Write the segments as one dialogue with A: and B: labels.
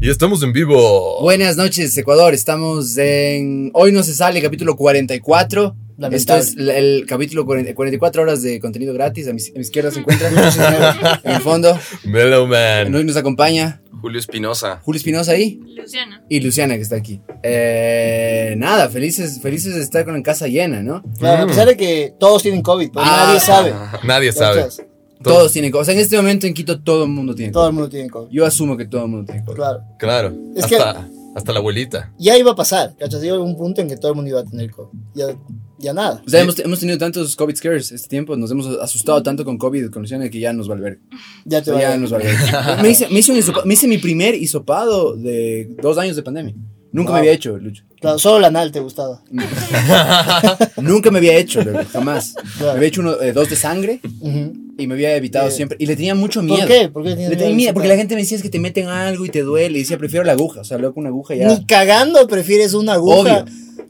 A: Y estamos en vivo.
B: Buenas noches, Ecuador. Estamos en. Hoy no se sale, capítulo 44. Esto
C: Lamentable.
B: es la- el capítulo 40 44 horas de contenido gratis. A mi, a mi izquierda se encuentran en el fondo.
A: Mellow Man.
B: Hoy nos acompaña
D: Julio Espinosa.
B: Julio Espinosa ahí
E: Luciana.
B: y Luciana que está aquí. Eh, nada, felices, felices de estar con casa llena, ¿no?
C: Claro, a pesar de que todos tienen COVID, pero
B: Mm. Ah.
C: nadie sabe.
A: Nadie sabe.
C: Entonces,
A: Todo-
B: Todos tienen COVID. O sea, en este momento en Quito todo el mundo tiene
C: todo
B: COVID.
C: el mundo tiene COVID.
B: Yo asumo que todo el mundo tiene COVID.
C: Claro.
A: Claro.
C: Es que-
A: hasta, hasta la abuelita.
C: Ya iba a pasar, ¿cachas? Iba a un punto en que todo el mundo iba a tener COVID. Ya, ya nada.
B: O sea, hemos, hemos tenido tantos COVID scares este tiempo, nos hemos asustado tanto con COVID, con Luciana, que ya nos va a ver.
C: Ya te va
B: ya
C: a-
B: nos va a ver. me, hice, me, hice un hisopa- me hice mi primer hisopado de dos años de pandemia. Nunca me
C: Wow.
B: había hecho, Lucho.
C: Claro, solo la anal te gustaba.
B: Nunca me había hecho, loco, jamás. Me
C: Claro.
B: había hecho uno, eh, dos de sangre
C: Ujú.
B: y me había evitado
C: Sí.
B: siempre. Y le tenía mucho miedo.
C: ¿Por qué? ¿Por qué
B: Le
C: tienes
B: tenía
C: miedo?
B: miedo, porque la gente me decía es que te meten algo y te duele. Y decía, prefiero la aguja. O sea, loco, una aguja ya.
C: Ni cagando prefieres una aguja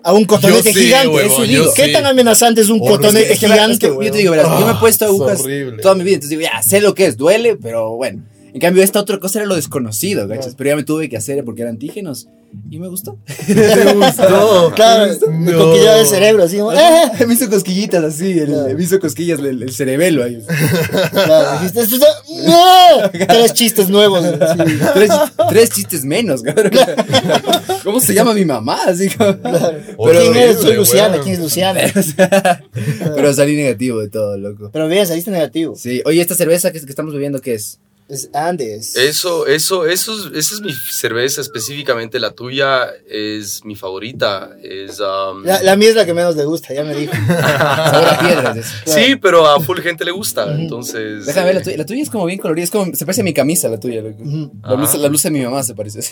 C: a un cotonete
A: sí,
C: gigante.
A: huevón,
C: eso
A: yo
C: digo. ¿Qué
A: sí.
C: tan amenazante es un
A: Horrible.
B: Es que-
C: cotonete
B: es que la- es que
C: gigante, Ah,
B: Yo
C: huevón?
B: te digo, verás, yo me he puesto
A: es
B: agujas
A: horrible.
B: toda mi vida, entonces digo, ya sé lo que es, duele, pero bueno. En cambio, esta otra cosa era lo desconocido, ¿cachas?
C: Claro.
B: Pero ya me tuve que hacer porque eran antígenos y me gustó.
A: ¿Te gustó?
C: Claro,
A: No.
C: coquilleo del cerebro, así como, "Ah".
B: Eh, me hizo cosquillitas así, el-
C: Claro.
B: me hizo cosquillas el, el cerebelo ahí.
C: Claro, dijiste, "Esto está- ¡Ah!". Tres chistes nuevos. sí.
B: tres, tres chistes menos, cabrón. ¿Cómo se llama mi mamá? Así como-
A: Horrible,
C: ¿Quién eres tú,
A: weón.
C: Luciana? ¿Quién es Luciana?
B: O sea, pero salí negativo de todo, loco.
C: Pero bien, saliste negativo.
B: Sí, oye, esta cerveza que, que estamos bebiendo, ¿qué es?
C: Es Andes.
D: Eso, eso, eso, es- esa es mi cerveza específicamente. La tuya es mi favorita. Es. um,
C: La, la mía es la que menos le gusta, ya me dijo.
B: Sabor a piedras. es.
D: Sí, pero a full gente le gusta. Entonces.
B: Déjame ver, la
D: eh,
B: tuya, la tuya es como bien colorida, es como, se parece a mi camisa la tuya, loco.
C: Ujú.
B: La blusa, la blusa de mi mamá se parece.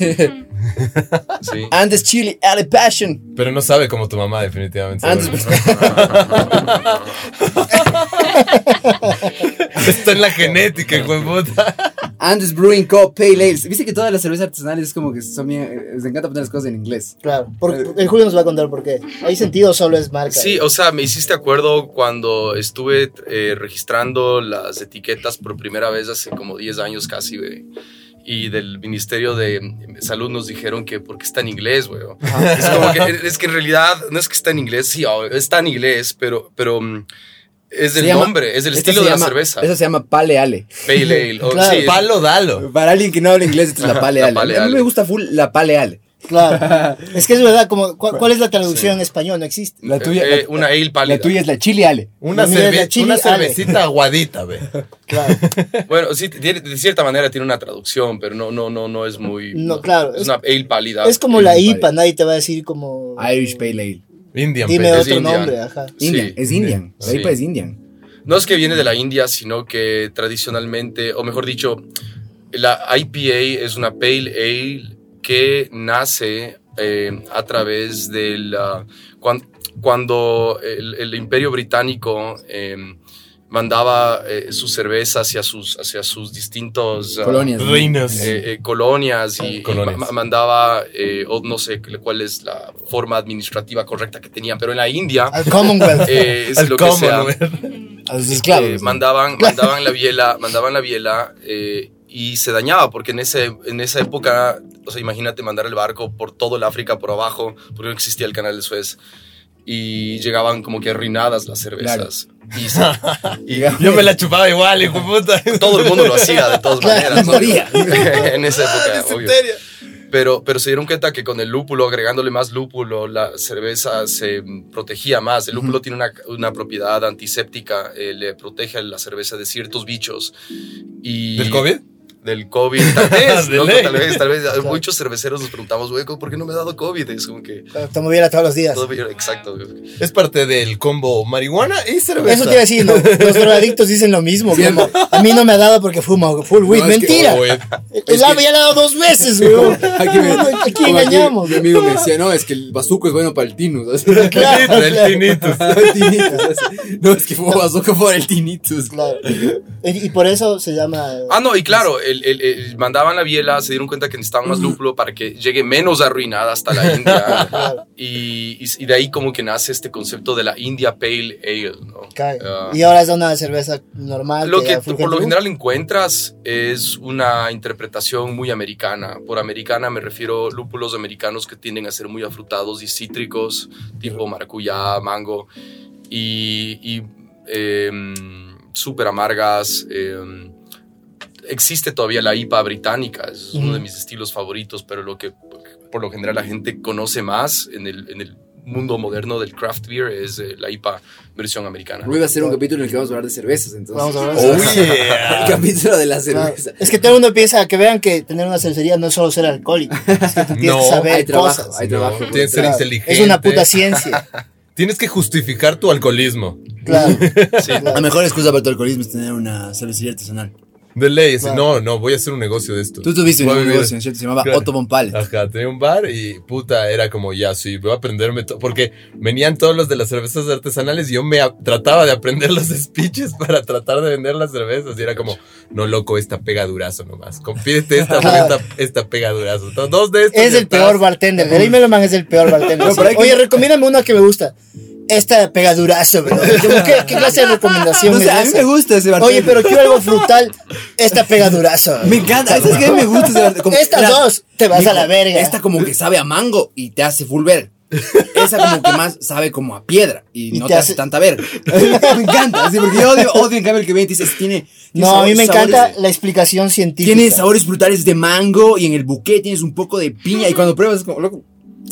D: Sí.
B: Andes Chile, out of passion.
A: Pero no sabe como tu mamá, definitivamente.
B: Andes,
C: pues,
A: Está en la genética, hijo de puta.
B: Andes Brewing Co. Pale Ales. Viste que todas las cervezas artesanales es como que son bien. eh, Les encanta poner las cosas en inglés.
C: Claro. Por- el Julio nos va a contar por qué. Hay sentido, solo es marca.
D: Sí, o sea, me hiciste acuerdo cuando estuve eh, registrando las etiquetas por primera vez hace como 10 años casi, güey. Y del Ministerio de Salud nos dijeron que porque está en inglés, güey. Es como que, es que en realidad no es que está en inglés, sí, oh, está en inglés, pero, pero mm, es
B: Se
D: del
B: llama-
D: nombre, es del
B: Esta
D: estilo
B: se
D: de
B: llama-
D: la cerveza.
B: Esa se llama Pale Ale.
D: Pale Ale. o-
C: Claro.
D: sí,
A: Palo dalo.
B: Para alguien que no habla inglés, esta es la Pale
D: La
B: Ale.
D: Pale
B: a mí
D: Ale.
B: me gusta full la Pale Ale.
C: Claro. Es que es verdad, como, ¿cuál, cuál es la traducción en español? No existe.
B: La tuya.
D: eh,
B: la-
D: una ale pálida.
B: La tuya es la Chile Ale.
A: Una,
C: Mira, la
A: cerve-
C: chili
A: una
C: ale.
A: cervecita aguadita, ve.
C: Claro.
D: Bueno, sí, tiene- de cierta manera tiene una traducción, pero no, no, no, no es muy.
C: No, claro,
D: Es,
C: es-
D: una ale pálida. Mm,
C: Es como la
D: Ale.
C: IPA, nadie te va a decir como.
B: Irish Pale Ale.
A: Indian
C: Dime
A: Pale.
D: Es
C: otro
D: Indian.
C: nombre, ajá.
D: Sí,
B: Indian. es Indian. La
D: sí.
B: IPA es Indian.
D: No es que viene de la India, sino que tradicionalmente, o mejor dicho, la IPA es una pale ale que nace eh, a través del ah, cuan- cuando el, el Imperio Británico eh, mandaba eh, su cerveza hacia sus hacia sus distintos ah,
B: Colonias. ¿no?
A: Reinas.
D: eh, eh, colonias y, y
A: Colonias.
D: ma- mandaba eh, o no sé cuál es la forma administrativa correcta que tenían, pero en la India
C: Al Commonwealth.
D: eh, es
A: Al
D: lo que sea.
A: Commonwealth.
B: Ah, A los esclavos.
D: Eh,
B: ¿no?
D: mandaban, mandaban la biela, mandaban la biela eh, y se dañaba porque en, ese, en esa época, o sea, imagínate mandar el barco por todo el África por abajo, porque no existía el canal de Suez y llegaban como que arruinadas las cervezas. Y se-
B: Digamos,
A: Yo me la chupaba igual, hijo de puta.
D: todo el mundo lo hacía de todas
C: Claro,
D: maneras. ¿no?
B: moría.
D: en esa época, obvio. Pero, pero se dieron cuenta que con el lúpulo, agregándole más lúpulo, la cerveza se mm, protegía más. El lúpulo tiene una, una propiedad antiséptica, eh, le protege a la cerveza de ciertos bichos. Y
A: ¿Del COVID?
D: Del COVID, tal vez,
A: De
D: loco,
A: ley.
D: tal vez, tal vez. Muchos cerveceros nos preguntamos, güey, ¿por qué no me ha dado COVID? Es como que...
C: Te moviera todos los días.
D: todo bien, exacto. güey.
A: Es parte del combo marihuana y cerveza.
C: Eso te iba a decir, no, los drogadictos dicen lo mismo.
B: Sí.
C: como, a mí no me ha dado porque fumo full weed.
B: No, es que-
C: Mentira.
A: Oh, eh.
C: El el ave ya le ha dado dos veces, weón.
B: Aquí, me,
C: Aquí
B: como
C: engañamos.
B: Mi amigo me decía, no, es que el bazuco es bueno para el tinus.
C: Claro,
A: Tinito, el
C: claro.
A: tinito.
B: El tinnitus. No, es que fue bazuco por el tinnitus.
C: Claro. Y, y por eso se llama.
D: Ah, no, y claro, eh, el- el- el- mandaban la biela, se dieron cuenta que necesitaban más lúpulo para que llegue menos arruinada hasta la India. y, y- y de ahí como que nace este concepto de la India Pale Ale. ¿no?
C: Caga.
D: Ah.
C: Y ahora es una cerveza normal.
D: Lo que
C: ya fue
D: tú por lo
C: gente-
D: general encuentras es una interpretación muy americana. Por americana me refiero lúpulos americanos que tienden a ser muy afrutados y cítricos, tipo maracuyá, mango, y, y em, súper amargas. em. existe todavía la IPA británica, es uno de
C: Ujú.
D: mis estilos favoritos, pero lo que por lo general la gente conoce más en el, en el mundo moderno del craft beer es eh, la IPA versión americana.
F: Hoy va a ser un capítulo en el que vamos a hablar de cervezas, entonces.
C: Vamos a hablar de
A: Oh,
C: cerveza.
A: yeah.
F: El capítulo de la
C: Claro.
F: cerveza.
C: Ah, Es que todo el mundo piensa que vean que tener una cervecería no es solo ser alcohólico. Es que tú tienes
A: No,
C: que saber
F: hay trabajo,
C: cosas.
F: hay trabajo.
A: Tienes que ser
C: Claro.
A: inteligente.
C: Es una puta ciencia.
A: Tienes que justificar tu alcoholismo.
C: Claro.
D: Sí.
B: La mejor excusa para tu alcoholismo es tener una cervecería artesanal.
A: De ley, así,
C: Claro.
A: no, no, voy a hacer un negocio de esto.
B: Tú tuviste
A: Voy a
B: un
A: vivir-
B: negocio, ¿no es cierto? Se llamaba
A: Claro. Ah.
B: Otto von Palen.
A: Ajá, tenía un bar y puta, era como ya, sí, voy a aprenderme todo. Porque venían todos los de las cervezas artesanales y yo me a- trataba de aprender los speeches para tratar de vender las cervezas. Y era como, no loco, esta pega durazo nomás. Compídete esta, porque esta, esta pega durazo. To- Dos de estas.
C: Es
A: y
C: el
A: estás.
C: peor bartender. El Meloman es el peor bartender.
F: No, pero hay que-
C: Oye, recomiéndame una que me gusta. Esta pegadurazo, bro. Como, ¿Qué, qué clase de recomendación
B: No
C: es
B: sé, a mí
C: esa?
B: me gusta ese bartender.
C: Oye, pero quiero algo frutal. Esta pegadurazo.
B: Me encanta, ¿sabes qué? Me gusta ese bartender. Como-
C: Estas
B: la-
C: dos, te vas
B: Digo,
C: a la verga.
B: Esta como que sabe a mango y te hace full ver. Esa como que más sabe como a piedra y,
C: Y
B: no te
C: te
B: hace,
C: hace-
B: tanta verga. me encanta, así, porque yo odio, odio en cambio el que viene y te dice, "Sí, tiene, tiene
C: no, a mí
B: sabores-
C: me encanta
B: sabores-
C: la explicación científica.
B: Tiene sabores frutales de mango y en el buquete tienes un poco de piña y cuando pruebas es como, loco,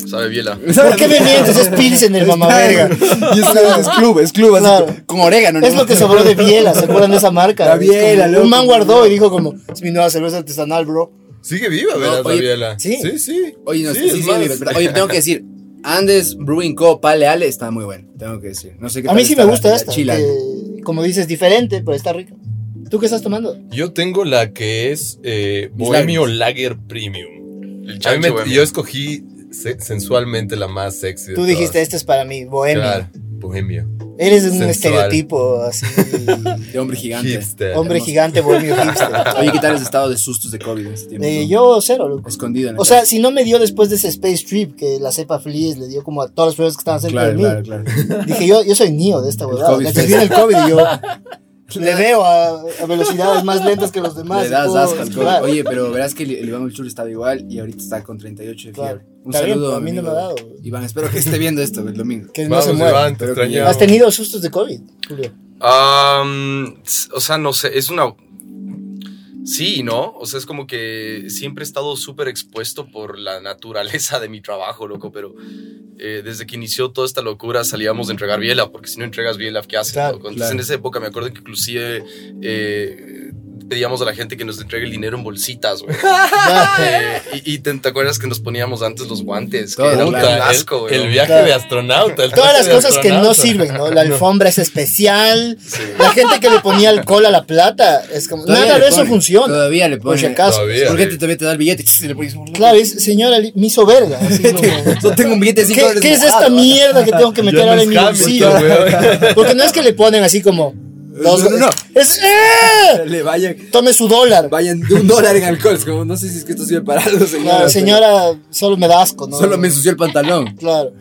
D: Sabe biela.
C: ¿Por qué me mientes? Es Pilsen el mamá verga.
B: Y es, es, club, es club, así
C: Claro.
B: con- con orégano.
C: Es lo que sobró de Biela, ¿se acuerdan de esa marca?
B: La
C: Es
B: Biela,
C: como-
B: loco.
C: Un man guardó y dijo como, es mi nueva cerveza artesanal, bro.
A: Sigue viva, ¿verdad,
B: oye,
A: Gabriela?
C: sí.
A: sí, sí.
B: Oye, no,
A: Sí,
B: sí, sí,
A: es
B: sí,
A: más.
B: es verdad. Oye, tengo que decir, Andes Brewing Co. Pale Ale está muy bueno, tengo que decir. No sé qué
C: A
B: tal
C: mí sí
B: está
C: me
B: la-
C: gusta
B: la
C: esta.
B: Chila.
C: que, como dices, diferente, pero está rica. ¿Tú qué estás tomando?
A: Yo tengo la que es eh,
B: Mis
A: Bohemio Lager Premium. A
D: El
A: mí me-
D: chancho, güey.
A: yo escogí se- sensualmente la más sexy. de
C: Tú
A: todas.
C: dijiste, este es para mí, bohemio.
A: Claro, Bohemio.
C: Eres un
A: Sensual.
C: estereotipo así,
B: De hombre gigante.
A: Hipster.
C: hombre gigante, bohemio hipster.
B: Oye, ¿qué tal has estado de sustos de COVID en este tiempo?
C: Eh,
B: no?
C: yo cero, loco.
B: Escondido en la
C: O sea,
B: casa.
C: si no me dio después de ese Space Trip que la cepa Fleas le dio como a todas las personas que estaban cerca de
B: claro,
C: mí.
B: claro, claro.
C: Dije, yo, yo soy Neo de esta huevada.
B: COVID
C: La que
B: fest.
C: viene el COVID y yo le veo a, a velocidades más lentas que los demás.
B: Le
C: y
B: das
C: puedo
B: asco al
C: esquivar.
B: COVID. Oye, pero verás que el el Iván Chur estaba igual y ahorita está con 38 de
C: Claro.
B: fiebre. Un
C: Está bien,
B: saludo
C: pero a
B: mi
C: mí no
B: amigo
C: me ha dado.
B: Iván, espero que esté viendo esto el domingo.
C: que no
A: Vamos,
C: se mueve.
A: Iván, te
B: Pero que-
A: extrañamos.
C: ¿Has tenido sustos de COVID, Julio?
D: Am, s- o sea, no sé, es una... Sí, y ¿no? O sea, es como que siempre he estado súper expuesto por la naturaleza de mi trabajo, loco, pero eh, desde que inició toda esta locura salíamos a entregar biela, porque si no entregas biela, ¿qué haces?
C: Claro,
D: loco? Entonces
B: claro.
D: en esa época me acuerdo que inclusive eh, pedíamos a la gente que nos entregue el dinero en bolsitas, güey. Eh, y, y te, te acuerdas que nos poníamos antes los guantes? Que
B: Todo,
D: era un
A: Puta, el-
D: asco, güey.
A: el, viaje
C: Claro.
A: de astronauta. el traje
C: Todas las
A: de
C: cosas que no
A: astronauta.
C: sirven, ¿no? La alfombra es especial.
D: Sí.
C: La gente que le ponía alcohol a la plata. Es como,
B: Todavía
C: nada
B: le
C: de eso
B: pone,
C: funciona.
B: Todavía le pone.
C: Por si acaso.
A: Todavía. eh.
B: Porque te, todavía te da el billete. Y le pones un-
C: Claro, es, señora, me hizo verga. así como-
B: Yo tengo un billete de 5
C: ¿Qué,
B: dólares.
C: qué es esta
B: mojado.
C: mierda que tengo que
A: Yo
C: meter
A: no
C: ahora
A: es
C: en mi
A: Hamilton,
C: bolsillo?
A: güey.
C: Porque no es que le ponen así como dos
B: No, no, no.
C: Es, ¡eh!
B: Le vayan,
C: Tome su dólar.
B: vayan de un dólar en alcohol. Es como, no sé si es que esto sirve para algo, señora.
C: Claro,
B: pero
C: señora, solo me da asco, ¿no?
B: Solo me ensució el pantalón.
C: Claro.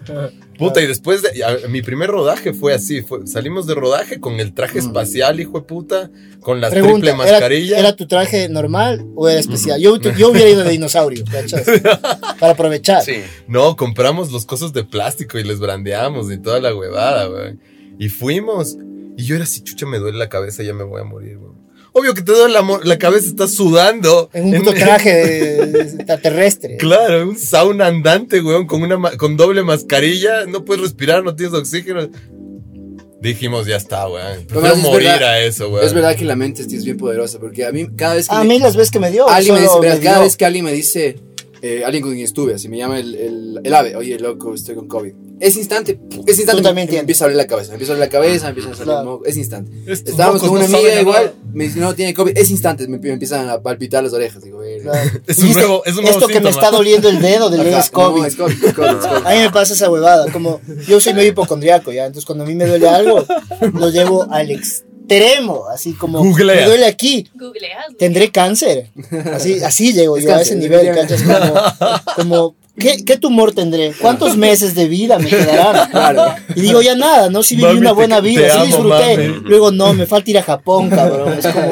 A: Puta, y después de, a- mi primer rodaje fue así. fue- salimos de rodaje con el traje espacial, hijo de puta, con la
C: Mm. Pregunta,
A: triple
C: ¿era,
A: mascarilla.
C: era tu traje normal o era especial? Yo, tu- yo hubiera ido de dinosaurio, ¿cachas? Para aprovechar.
D: Sí.
A: No, compramos los cosas de plástico y les brandeamos y toda la huevada, güey. Y fuimos. Y yo era así, chucha, me duele la cabeza, ya me voy a morir, güey. Obvio que te duele la, mo- la cabeza, estás sudando.
C: En un puto traje de- de extraterrestre.
A: Claro, un sauna andante, weón, con, una ma- con doble mascarilla, no puedes respirar, no tienes oxígeno. Dijimos, ya está, weón. Prefiero
B: es
A: morir
B: verdad-
A: a eso, weón.
B: Es verdad que la mente sí es bien poderosa. Porque a mí, cada vez que.
C: Ah, A
B: me-
C: mí las veces que me dio,
B: alguien me dice,
C: solo
B: verás,
C: me
B: cada
C: dio.
B: vez que alguien me dice, eh, alguien con quien estuve, así me llama el, el, el ave, oye, loco, estoy con COVID. Ese instante, ese instante me,
C: también
B: me
C: tienes.
B: empieza a doler la cabeza, me empieza a doler la cabeza, me empieza a salir
C: Claro.
B: moco, ese instante.
A: Estos
B: Estábamos
A: locos
B: con una
A: no
B: amiga
A: saben
B: igual,
A: nada.
B: me dice, no, tiene COVID, ese instante, me, me empiezan a palpitar las orejas, digo, eh,
C: Claro.
A: Es un
C: Y esto-
A: nuevo- es un nuevo
C: Esto que me
A: síntoma.
C: está doliendo el dedo del
B: ajá,
C: dedo es COVID.
B: no, es COVID, es COVID, es COVID.
C: A mí me pasa esa huevada, como yo soy medio hipocondriaco, ¿ya? Entonces cuando a mí me duele algo, lo llevo al extremo. extremo, así como
A: Googlea.
C: me duele aquí,
G: Googleas. güey.
C: tendré cáncer. Así, así llego
H: Es
C: yo a ese
H: cáncer,
C: nivel,
H: ya.
C: ¿cachas? Como, como, ¿qué, qué tumor tendré? ¿Cuántos meses de vida me quedarán? Y digo, ya nada, ¿no? Sí viví
A: Mami,
C: una
A: te-
C: buena
A: te
C: vida, sí
A: amo,
C: disfruté.
A: mami.
C: Luego, no, me falta ir a Japón, cabrón. Es como,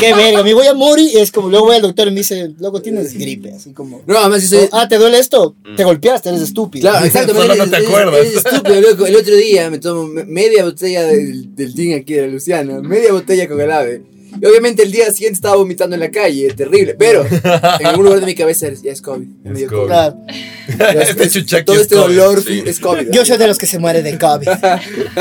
C: qué verga, me voy a morir. Y es como, luego voy al doctor y me dice, loco, tienes gripe, así como...
B: No, además yo soy.
C: Ah, ¿te duele esto?
H: Mm.
C: Te golpeaste, eres estúpido.
B: Claro, exacto.
A: Solo
B: eres-
A: no te
B: eres-
A: acuerdas.
B: eres estúpido, loco. El otro día me tomo me- media botella del, del gin aquí de la Luciana, media botella con el ave. Y obviamente el día siguiente estaba vomitando en la calle, terrible. Pero en algún lugar de mi cabeza es- ya es COVID. ya me
A: Es
B: dio
A: COVID.
C: Claro.
B: Ya es-
A: Este chuchaqui
B: Todo
A: es
B: este
A: COVID,
B: dolor
D: sí.
B: es COVID.
C: Yo soy de los que se muere de COVID.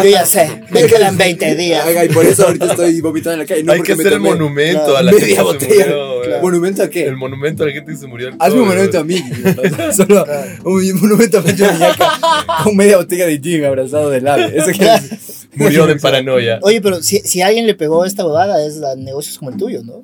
C: Yo ya sé. Me quedan 20 días.
B: Ay, ay, por eso ahorita estoy vomitando en la calle. No
A: Hay
B: porque
A: que
B: me
A: hacer el
B: tomé
A: monumento
C: claro,
A: a la gente que
B: media
A: se
B: botella.
A: murió, güey.
B: ¿Monumento a qué?
A: El monumento a la gente que se murió. al
B: Hazme un
A: COVID,
B: monumento a
A: güey.
B: mí. ¿no? Solo un monumento a Pancho Villaca con media botella de gin abrazado del ave. Eso que es-
A: Murió de paranoia.
C: Oye, pero si, si alguien le pegó esta bodada, es a negocios como el tuyo, ¿no?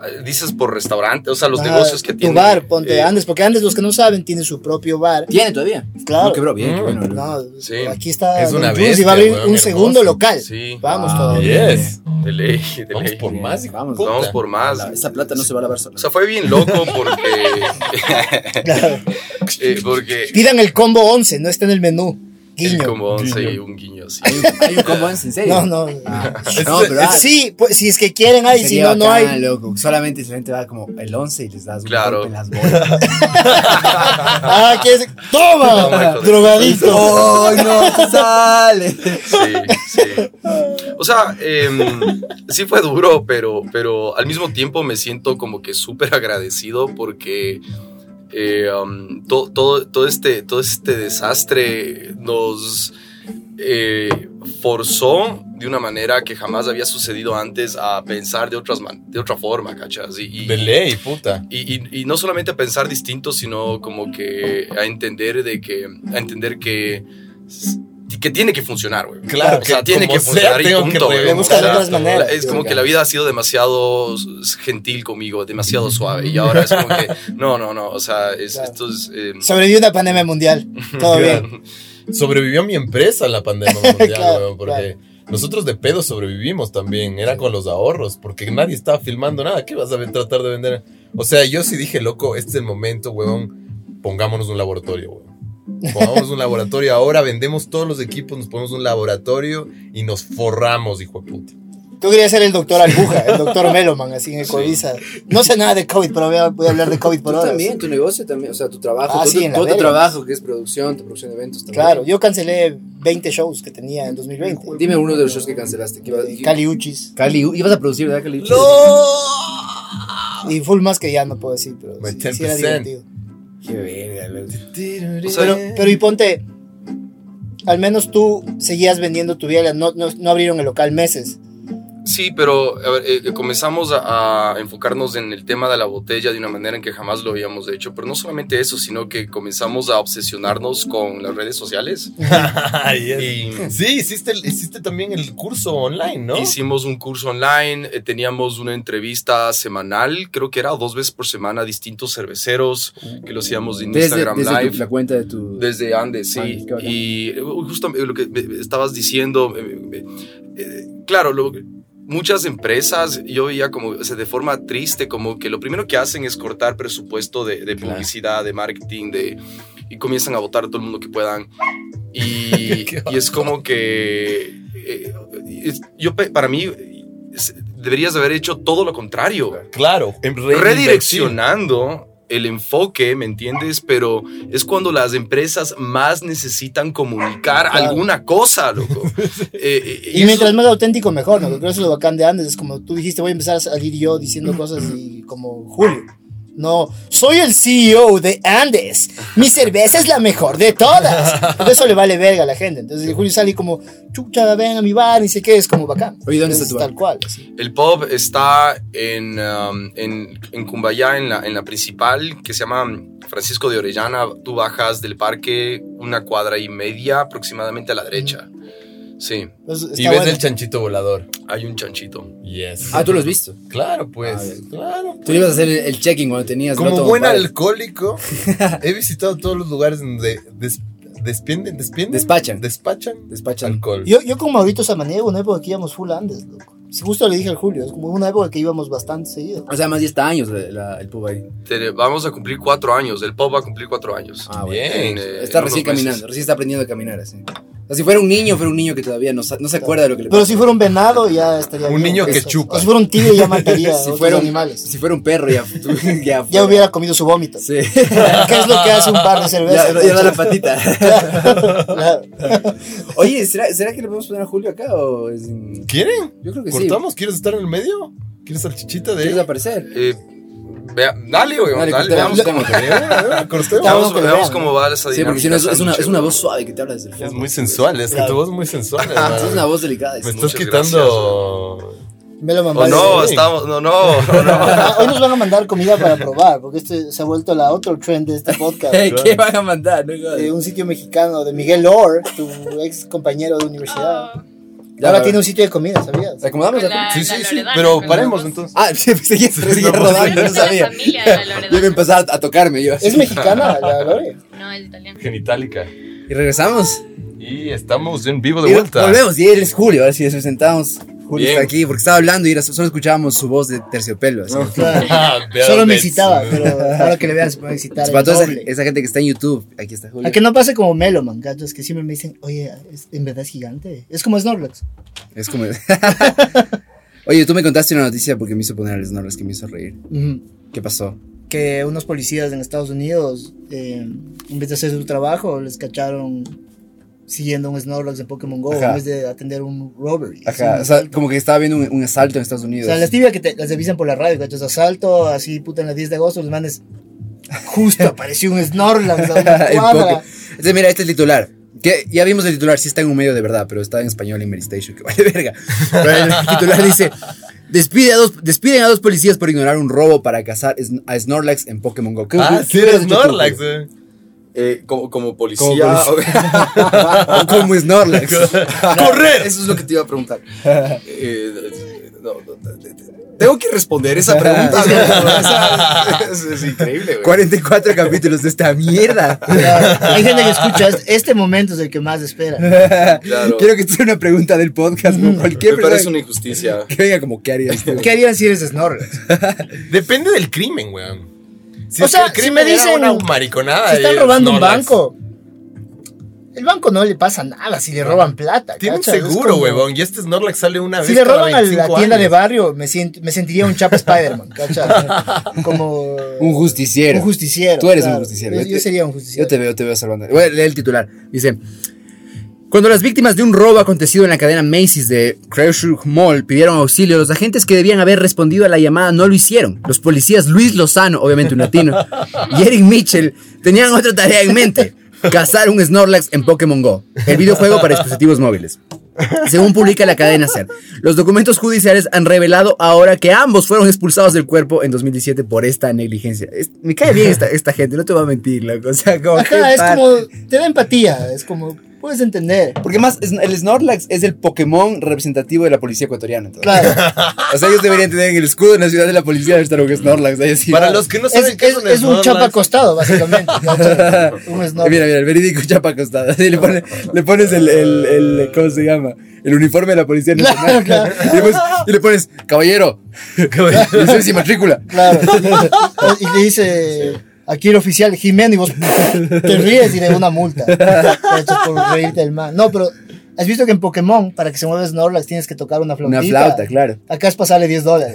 D: Ah, Dices por restaurante, o sea, los
C: Ah,
D: negocios que
C: tu
D: tienen.
C: bar, ponte
D: eh,
C: Andes, porque Andes, los que no saben, tiene su propio bar.
B: Tiene todavía.
C: Claro. Mm.
B: No quebró bien. qué bueno, loco.
C: No,
D: Sí.
C: aquí está.
A: Es una
C: Don Juice y
A: bestia,
C: va a abrir
A: weón,
C: un
A: hermoso.
C: segundo local.
D: Sí.
C: Vamos
B: Wow.
C: todavía.
A: Yes.
D: De ley, de
A: Vamos
D: ley.
A: por más. hijo
B: Vamos,
A: de puta.
D: Vamos por más.
B: La- Esa plata no se va a lavar sola.
D: O sea, fue bien loco porque.
C: Claro.
D: eh, porque.
C: Pidan el combo 11, no está en el menú.
D: el
C: Guiño.
D: Combo 11 y
A: Guiño.
D: un guiño, sí.
B: Hay un combo en serio.
C: No, no.
B: No, pero ah,
C: Sí, pues, si es que quieren, hay, si
B: sería
C: no, no
B: bacán,
C: hay.
B: loco. Solamente la gente va como el 11 y les das un
D: Claro.
B: golpe en las bolas.
C: Ah, ¿qué es?
D: Toma, hijo
C: ¡Toma!
D: de-
C: Drogadito.
B: ¡Ay, no! se ¡Sale!
D: Sí, sí. O sea, em, sí fue duro, pero, pero al mismo tiempo me siento como que súper agradecido porque eh, um, to- todo, todo, este, todo este desastre nos eh, forzó de una manera que jamás había sucedido antes a pensar de, otras man- de otra forma, ¿cachas? Y, y-
A: De ley, puta.
D: y, y- y no solamente a pensar distinto, sino como que a entender de que a entender que que tiene que funcionar, güey.
A: Claro,
D: o sea,
A: que
D: tiene
A: como
D: que
A: sea,
D: funcionar y
A: tengo que
D: punto, güey.
A: reventar.
C: Buscar
D: O sea,
C: otras maneras,
D: Es como
C: digamos.
D: que la vida ha sido demasiado gentil conmigo, demasiado suave y ahora es como que no, no, no, o sea, es,
C: Claro.
D: esto es eh,
C: Sobrevivió una pandemia mundial. Todo bien.
A: Sobrevivió mi empresa a la pandemia mundial,
C: Claro,
A: weón, porque nosotros de pedo sobrevivimos también. Era con los ahorros, porque nadie estaba filmando nada. ¿Qué vas a ven- tratar de vender? O sea, yo sí dije, loco, este es el momento, weón. Pongámonos un laboratorio, weón. Pongámonos un laboratorio. Ahora vendemos todos los equipos, nos ponemos un laboratorio y nos forramos, hijo de puta.
C: Tú querías ser el doctor Albuja, el doctor Meloman, así en Ecoviza. No sé nada de COVID, pero voy a, voy a hablar de COVID por
B: Tú
C: horas.
B: también, tu negocio también, o sea, tu trabajo,
C: Ah,
B: todo,
C: sí,
B: tu-
C: en la
B: todo tu
C: verga.
B: trabajo que es producción, tu producción de eventos también.
C: Claro, yo cancelé 20 shows que tenía en 2020.
B: Dime uno de los shows que cancelaste. que iba-
C: Eh, Caliuchis.
B: Cali, ibas a producir, ¿verdad, Cali?
C: Y full más que ya no puedo decir, pero
A: My
C: sí, sí era
A: 10%.
C: divertido.
B: Qué verga, loco.
D: o sea,
C: Pero,
B: Eh.
C: pero y ponte, al menos tú seguías vendiendo tu biela, no, no, no abrieron el local meses.
D: Sí, pero a ver, eh, comenzamos a, a enfocarnos en el tema de la botella de una manera en que jamás lo habíamos hecho. Pero no solamente eso, sino que comenzamos a obsesionarnos con las redes sociales. Y
B: Mm.
A: Sí, hiciste, el- hiciste también el curso online, ¿no?
D: hicimos un curso online, eh, teníamos una entrevista semanal, creo que era dos veces por semana, a distintos cerveceros, que lo hacíamos en
B: Desde,
D: Instagram
B: desde tu-
D: Live.
B: la cuenta de tu...
D: Desde Andes, sí.
B: Andes, qué bacán.
D: y eh, justo lo que me- me estabas diciendo, eh, me- eh, claro, lo- muchas empresas, yo veía como, o sea, de forma triste, como que lo primero que hacen es cortar presupuesto de, de
A: Claro.
D: publicidad, de marketing, de, y comienzan a votar a todo el mundo que puedan. Y,
A: Qué
D: y es como que, eh, es- yo pe- para mí, es- deberías haber hecho todo lo contrario
A: Claro. en reinvertir.
D: redireccionando el enfoque, ¿me entiendes? Pero es cuando las empresas más necesitan comunicar
C: Claro.
D: alguna cosa, loco. Eh, eh,
C: Y,
D: eso-
C: mientras más auténtico, mejor, ¿no? Creo que eso es lo bacán de Andes, es como tú dijiste, voy a empezar a salir yo diciendo cosas y como Julio. No, soy el CEO de Andes. Mi cerveza es la mejor de todas. Porque eso le vale verga a la gente. Entonces Julio sale y como, chucha, ven a mi bar y sé qué, es como bacán.
B: Oye, ¿dónde
C: Entonces,
B: está tu
C: Tal cual. así.
D: El pub está en, um, en, en Cumbayá, en la, en la principal, que se llama Francisco de Orellana. Tú bajas del parque una cuadra y media aproximadamente a la derecha. Sí,
C: Entonces,
A: Y
C: está
A: ves
C: bueno.
A: el chanchito volador.
D: hay un chanchito.
A: Yes.
B: Ah, tú lo has visto.
A: Claro,
B: Ah,
A: pues.
B: bien.
A: Claro.
B: Tú ibas a hacer el, el checking cuando tenías...
A: Como
B: Loto
A: buen
B: Mobile.
A: alcohólico, he visitado todos los lugares donde des- despienden, despienden.
B: Despachan.
A: Despachan.
B: Despachan.
A: Alcohol.
C: Yo, yo con Maurito Samaniego, una época que íbamos full Andes, loco. Si justo le dije al Julio, es como una época que íbamos bastante seguido.
B: O sea, más 10 años la- la- el pub ahí.
D: Te- vamos a cumplir cuatro años. El pop va a cumplir cuatro años.
B: Ah, bueno.
A: Bien.
D: En, eh,
B: Está recién
D: en unos meses.
B: caminando, recién está aprendiendo a caminar así. O sea, si fuera un niño, fuera un niño que todavía no, sa- no se acuerda de lo que le
C: Pero
B: pasó.
C: si fuera un venado, ya estaría.
A: Un
C: bien.
A: niño que
C: Eso.
A: chupa.
C: O si fuera un tigre, ya mataría
B: Si
C: a otros
B: fuera un-
C: animales.
B: Si fuera un perro, ya. tú- ya,
C: Ya
B: fuera.
C: hubiera comido su vómito.
B: Sí.
C: ¿Qué es lo que hace un par de cervezas?
B: ya, ya da la patita.
C: Claro.
B: Oye, ¿será, será que le podemos poner a Julio acá o es en-
A: ¿Quieren?
B: Yo creo que sí.
A: ¿Cortamos? ¿Quieres estar en el medio? ¿Quieres salchichita de
B: ¿Quieres aparecer?
D: Eh, vea- dale, weón,
B: Dale, cortemos,
D: dale, veamos cómo,
B: cortemos.
A: De una, de una, cortemos.
C: Está
D: veamos,
C: bueno que
D: veamos
C: vean,
D: cómo
C: ¿no?
D: va esa dinámica.
B: Sí, porque si no es, es
D: tan
B: una, es
D: chévere.
B: una voz suave que te habla desde el
A: Es
B: fondo.
A: muy sensual, es pues, que
C: Claro.
A: tu voz es muy sensual.
B: Es una
A: hermano.
B: voz delicada.
A: Me
B: es-
A: estás
D: Muchas
A: quitando.
C: Me lo
D: Oh,
C: mandaron.
D: no,
A: Sí.
D: estamos, no, no, no, no.
C: Ah, Hoy nos van a mandar comida para probar, porque esto se ha vuelto la otro trend de este podcast.
B: Ey, ¿Qué van a mandar? No jodas.
C: De un sitio mexicano de Miguel Orr, tu ex compañero de universidad.
B: Ya,
C: Ahora
B: la-
C: tiene un sitio de comida, ¿sabías?
B: ¿Acomodamos?
I: Con Ah, la-
A: Sí, sí, sí,
I: Loredana,
A: pero
I: con
A: paremos
I: la voz.
A: entonces.
B: Ah, sí, seguía, seguía
A: no, pues,
B: rodando, no
I: Es de la
B: sabía.
I: familia de la Loredana.
B: Yo me empezaba a tocarme yo.
C: Es mexicana, la Lore.
I: No, es italiano.
A: Genitálica.
B: Y regresamos.
A: Y estamos en vivo de
B: Y
A: vuelta.
B: volvemos. Y él es Julio. Ahora sí, nos presentamos. Julio
A: Bien.
B: está aquí porque estaba hablando y era- solo escuchábamos su voz de terciopelo. así.
A: Ah, vea,
C: Solo me
A: ves. Ah,
C: excitaba, pero ahora que le veas, me va a excitar.
B: Para
C: el
B: toda esa,
C: doble.
B: esa gente que está en YouTube, aquí está Julio.
C: A que no pase como Meloman, gatos, que siempre me dicen, oye, es- en verdad es gigante. Es como Snorlax.
B: Es como. Oye, tú me contaste una noticia porque me hizo poner al Snorlax que me hizo reír.
C: Ujú.
B: ¿Qué pasó?
C: Que unos policías en Estados Unidos, eh, en vez de hacer su trabajo, les cacharon siguiendo un Snorlax en Pokémon Go,
B: Ajá.
C: en vez de atender un robbery.
B: Ajá,
C: Sí.
B: o sea, como que estaba viendo un, un asalto en Estados
C: O
B: Unidos.
C: sea, las tibias que te, las avisan por la radio, cachos, asalto, así, puta, en las 10 de agosto, los manes, justo apareció un Snorlax a una
B: En
C: cuadra.
B: poco. Entonces, mira, este es el titular. Que ya vimos el titular, sí está en un medio de verdad, pero está en español en Meristation, que vale verga. Pero el titular dice: Despide a dos, Despiden a dos policías por ignorar un robo para cazar sn- a Snorlax en Pokémon Go. ¿Qué-
A: Ah,
B: qué
A: sí,
B: hubieras
A: eres
B: hecho tú,
A: Norlax.
B: Julio?
D: Eh, como, como policía.
B: Como O como Snorlax.
D: ¡Correr!
E: Eso es lo que te iba a preguntar.
D: Eh, no, no, no, no, tengo que responder esa pregunta. ¿no? Esa- es, es increíble, güey.
B: 44 capítulos de esta mierda.
C: Claro, Hay gente que escucha, es- este momento es el que más espera.
D: Claro.
B: Quiero que te sea una pregunta del podcast, como cualquier
D: Me parece
B: persona
D: una injusticia.
B: que venga como, ¿qué harías tú?
C: ¿Qué harían si eres Snorlax?
A: Depende del crimen, weón. Si
C: O
A: es que
C: sea,
A: el
C: si
A: crimen
C: me
A: era
C: dicen-
A: una mariconada.
C: Si están
A: eh,
C: robando un
A: Snorlax.
C: banco, el banco no le pasa nada si le roban plata.
A: Tienen
C: cachas, es
A: seguro,
C: como-
A: huevón. Y este Snorlax sale una vez.
C: Si le
A: cada
C: roban a la
A: 25
C: tienda de
A: años.
C: barrio, me, siento- me sentiría un chapa Spider-Man, ¿cachai? Como...
B: Un justiciero.
C: Un justiciero.
B: Tú eres un justiciero.
C: Yo,
B: Yo
C: yo
B: te-
C: sería un justiciero.
B: Yo te veo, te veo salvando. Voy a leer el titular. Dice: Cuando las víctimas de un robo acontecido en la cadena Macy's de Crenshaw Mall pidieron auxilio, los agentes que debían haber respondido a la llamada no lo hicieron. Los policías Luis Lozano, obviamente un latino, y Eric Mitchell tenían otra tarea en mente: cazar un Snorlax en Pokémon Go, el videojuego para dispositivos móviles. Según publica la cadena SER, los documentos judiciales han revelado ahora que ambos fueron expulsados del cuerpo en 2017 por esta negligencia. Es- me cae bien esta, esta gente, no te voy a mentir, loco. O sea, como
C: Ajá,
B: que
C: es
B: par-
C: como... Te da empatía, es como... Puedes entender.
B: Porque más, es- el Snorlax es el Pokémon representativo de la policía ecuatoriana. entonces.
C: Claro.
B: O sea, ellos deberían tener en el escudo en la ciudad de la policía de estar un Snorlax. ahí así.
A: Para los que no
C: es,
A: saben qué
C: es- es un chapa acostado, básicamente. ¿cachai? un Snorlax.
B: Mira, mira, el verídico chapa acostada. Así le, pone- le pones el, el- el- ¿Cómo se llama? El uniforme de la policía nacional.
C: Claro,
B: Y, le pones, y le pones, caballero, licencia y matrícula.
C: Claro. Y le dice aquí el oficial Jimeno y vos te ríes y le da una multa. De hecho, por reírte del man. No, pero has visto que en Pokémon, para que se mueva Snorlax, tienes que tocar una flautita.
B: Una flauta, claro.
C: Acá es pasarle 10 dólares.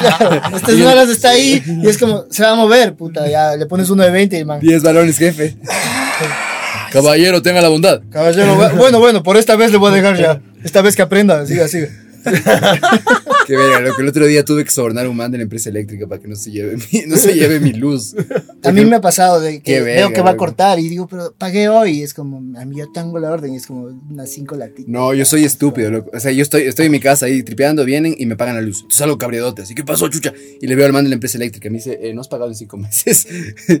C: claro, este Snorlax está ahí y es como, se va a mover, puta. Ya le pones uno de 20 y el man.
B: 10 balones, jefe. Caballero, tenga la bondad.
C: Caballero, bueno, bueno, por esta vez le voy a dejar ya. Esta vez que aprenda, siga, siga.
B: Que verga, lo que el otro día tuve que sobornar a un man de la empresa eléctrica para que no se lleve mi, no se lleve mi luz.
C: A mí me ha pasado de
B: Qué
C: que
B: verga,
C: veo que va a
B: loco.
C: cortar y digo, pero pagué hoy. Es como, a mí yo tengo la orden y es como unas cinco latitas.
B: No, yo soy estúpido, loco. O sea, yo estoy, estoy en mi casa ahí tripeando, vienen y me pagan la luz. Entonces salgo cabreadote, así, ¿qué pasó, chucha? Y le veo al man de la empresa eléctrica, me dice, eh, no has pagado en cinco meses.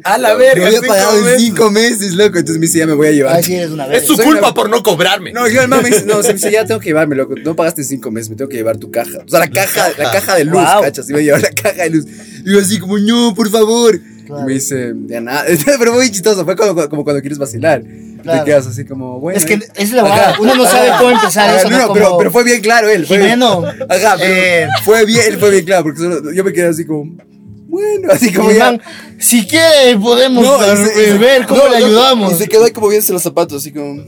A: A la
B: no
A: verga,
B: había
A: cinco
B: pagado en
A: meses.
B: cinco meses, loco. Entonces me dice, ya me voy a llevar.
C: Ay, sí, eres una
A: Es
C: vez.
A: tu
B: Soy
A: culpa
B: una-
A: por no cobrarme.
B: No, yo el man me dice, no, se me dice, ya tengo que llevarme, loco. No pagaste en cinco meses, me tengo que llevar tu caja. O sea, la caja, la caja de luz,
C: Wow.
B: cachas. Iba a llevar la caja de luz. Y yo así como, no, por favor.
C: Claro.
B: Y me dice, ya nada. Pero muy chistoso, fue como, como cuando quieres vacilar.
C: Claro.
B: Te quedas así como, bueno.
C: Es que
B: eh.
C: es la verdad, uno no sabe cómo empezar
B: Ajá,
C: eso.
B: no,
C: ¿no?
B: no, pero,
C: Como-
B: pero fue bien claro él. Fue bien,
C: Jimeno.
B: ajá, pero
C: Eh.
B: fue bien, fue bien claro, porque solo- yo me quedé así como, bueno, así como
C: Mi
B: ya.
C: man, si quiere, podemos eh,
B: y se- y se-
C: ver cómo
B: no,
C: le
B: no,
C: ayudamos.
B: Y se quedó ahí como viéndose los zapatos, así como,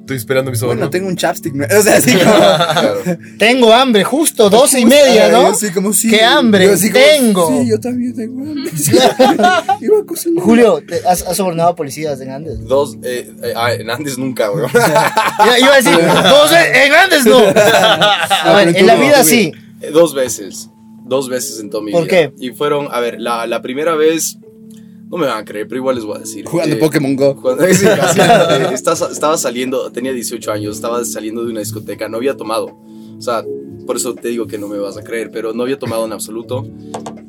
A: Estoy esperando mi sobrino.
B: bueno, tengo un chapstick. ¿no? O sea, así como.
C: Tengo hambre, justo, doce y media,
B: Yo
C: ¿no?
B: así como, eh, sí.
C: ¡Qué hambre
B: Yo así como,
C: tengo!
B: Sí, yo también tengo hambre. Iba a cocinar.
C: Julio, ¿te has, has sobornado a policías en Andes?
D: Dos, eh, eh, ah, en Andes nunca, weón.
C: Iba, iba a decir, dos en Andes no. A ver,
B: pero
C: en la
B: tú no,
C: vida
B: tú
C: sí.
D: Eh, Dos veces. Dos veces en toda mi
C: ¿Por
D: vida.
C: qué?
D: Y fueron, a ver, la, la primera vez, no me van a creer, pero igual les voy a decir.
B: Jugando
D: Eh,
B: Pokémon Go.
D: Cuando, sí, casi. Eh, estás- estaba saliendo, tenía 18 años, estaba saliendo de una discoteca, no había tomado. O sea, por eso te digo que no me vas a creer, pero no había tomado en absoluto.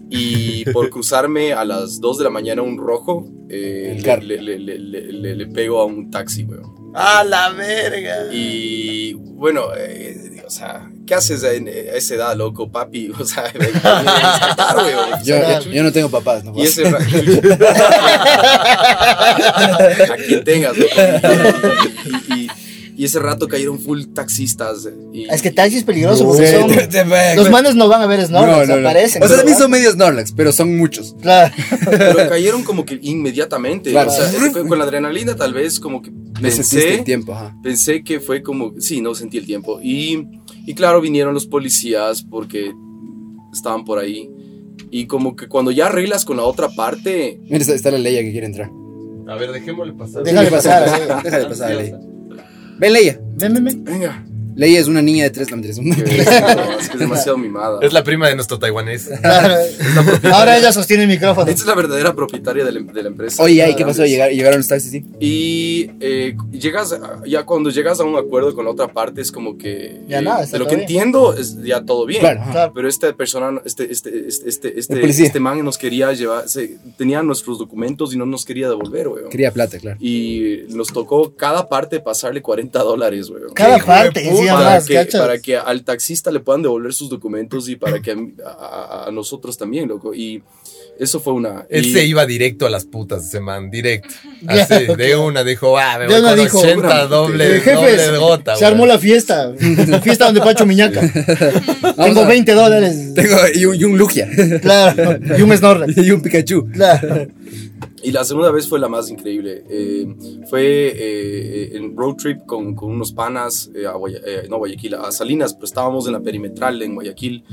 D: Y por cruzarme a las 2 de la mañana un rojo, eh,
B: El
D: le,
B: carro.
D: le, le- le- le- le- le pego a un taxi, weón.
A: ¡A la verga!
D: Y bueno, eh, o sea, ¿qué haces en- eh, a esa edad, loco, papi? O sea, me viene a rescatar, weón. O
B: Yo,
D: sea,
B: yo- yo no tengo papás, no
D: y ese ra- a quien tengas, loco. Y, y- y- y ese rato cayeron full taxistas. eh, Y,
B: Ah,
C: Es que taxi es peligroso porque
B: Sí,
C: son.
B: te- te-
C: Los manes no van a ver Snorlax, aparecen.
B: O sea, también
C: ¿verdad?
B: son medios Snorlax, pero son muchos.
C: Claro.
D: Pero cayeron como que inmediatamente.
B: Claro.
D: O sea, fue con la adrenalina, tal vez, como que
B: Me sentiste
D: pensé,
B: el tiempo, ajá.
D: pensé que fue como. Sí, no sentí el tiempo. Y, y claro, vinieron los policías porque estaban por ahí. Y como que cuando ya arreglas con la otra parte,
B: Mira, está, está la Leia que quiere entrar.
A: A ver, dejémosle pasar.
C: Déjale pasar,
B: pasar,
C: eh.
B: déjale pasar, Leia. Ven, Leia.
C: Ven, ven, ven.
D: venga.
B: Leia es una niña de tres, no, mentira, es una-
D: que- no, es que es demasiado mimada.
A: Es la prima de nuestro taiwanés.
C: Claro. Ahora ella sostiene el micrófono.
D: Esta es la verdadera propietaria de la, em-, de la empresa.
B: Oye, ay, ¿qué pasó? Llegar- llegaron los taxis, sí.
D: Y eh, llegas, a- ya cuando llegas a un acuerdo con la otra parte, es como que.
C: Ya
D: eh,
C: nada, está
D: de lo
C: todo
D: que
C: bien.
D: entiendo, es ya todo bien.
B: Claro, ajá.
C: Claro.
D: Pero esta persona, no- este, este, este, este,
B: El
D: este,
B: policía.
D: este man nos quería llevar, se- tenía nuestros documentos y no nos quería devolver, weón.
B: Quería plata, claro.
D: Y nos tocó cada parte pasarle 40 dólares, weón.
C: Cada
A: de
C: parte,
A: puta,
C: encima
D: Para
C: más,
D: que,
C: ¿cachas?
D: para que al taxista le puedan devolver sus documentos y para que a, a- a nosotros también, loco. Y eso fue una.
A: Él
D: y-
A: se iba directo a las putas, ese man, directo.
C: Claro,
A: Así, de una dijo, ah, me
C: De
A: voy
C: una
A: con
C: dijo,
A: 80 doble,
C: Eh, jefes,
A: doble gota.
C: se armó
A: güey.
C: la fiesta. La fiesta donde Pacho Miñaca.
B: Vamos
C: Tengo
B: a-
C: 20 dólares.
B: Tengo y un, y un Lugia.
C: Claro. Y un Snorlax.
B: y un Pikachu.
C: Claro.
D: Y la segunda vez fue la más increíble. Eh, fue eh, en road trip con, con unos panas eh, a Guaya- eh, no, Guayaquil, a Salinas, pero estábamos en la perimetral en Guayaquil.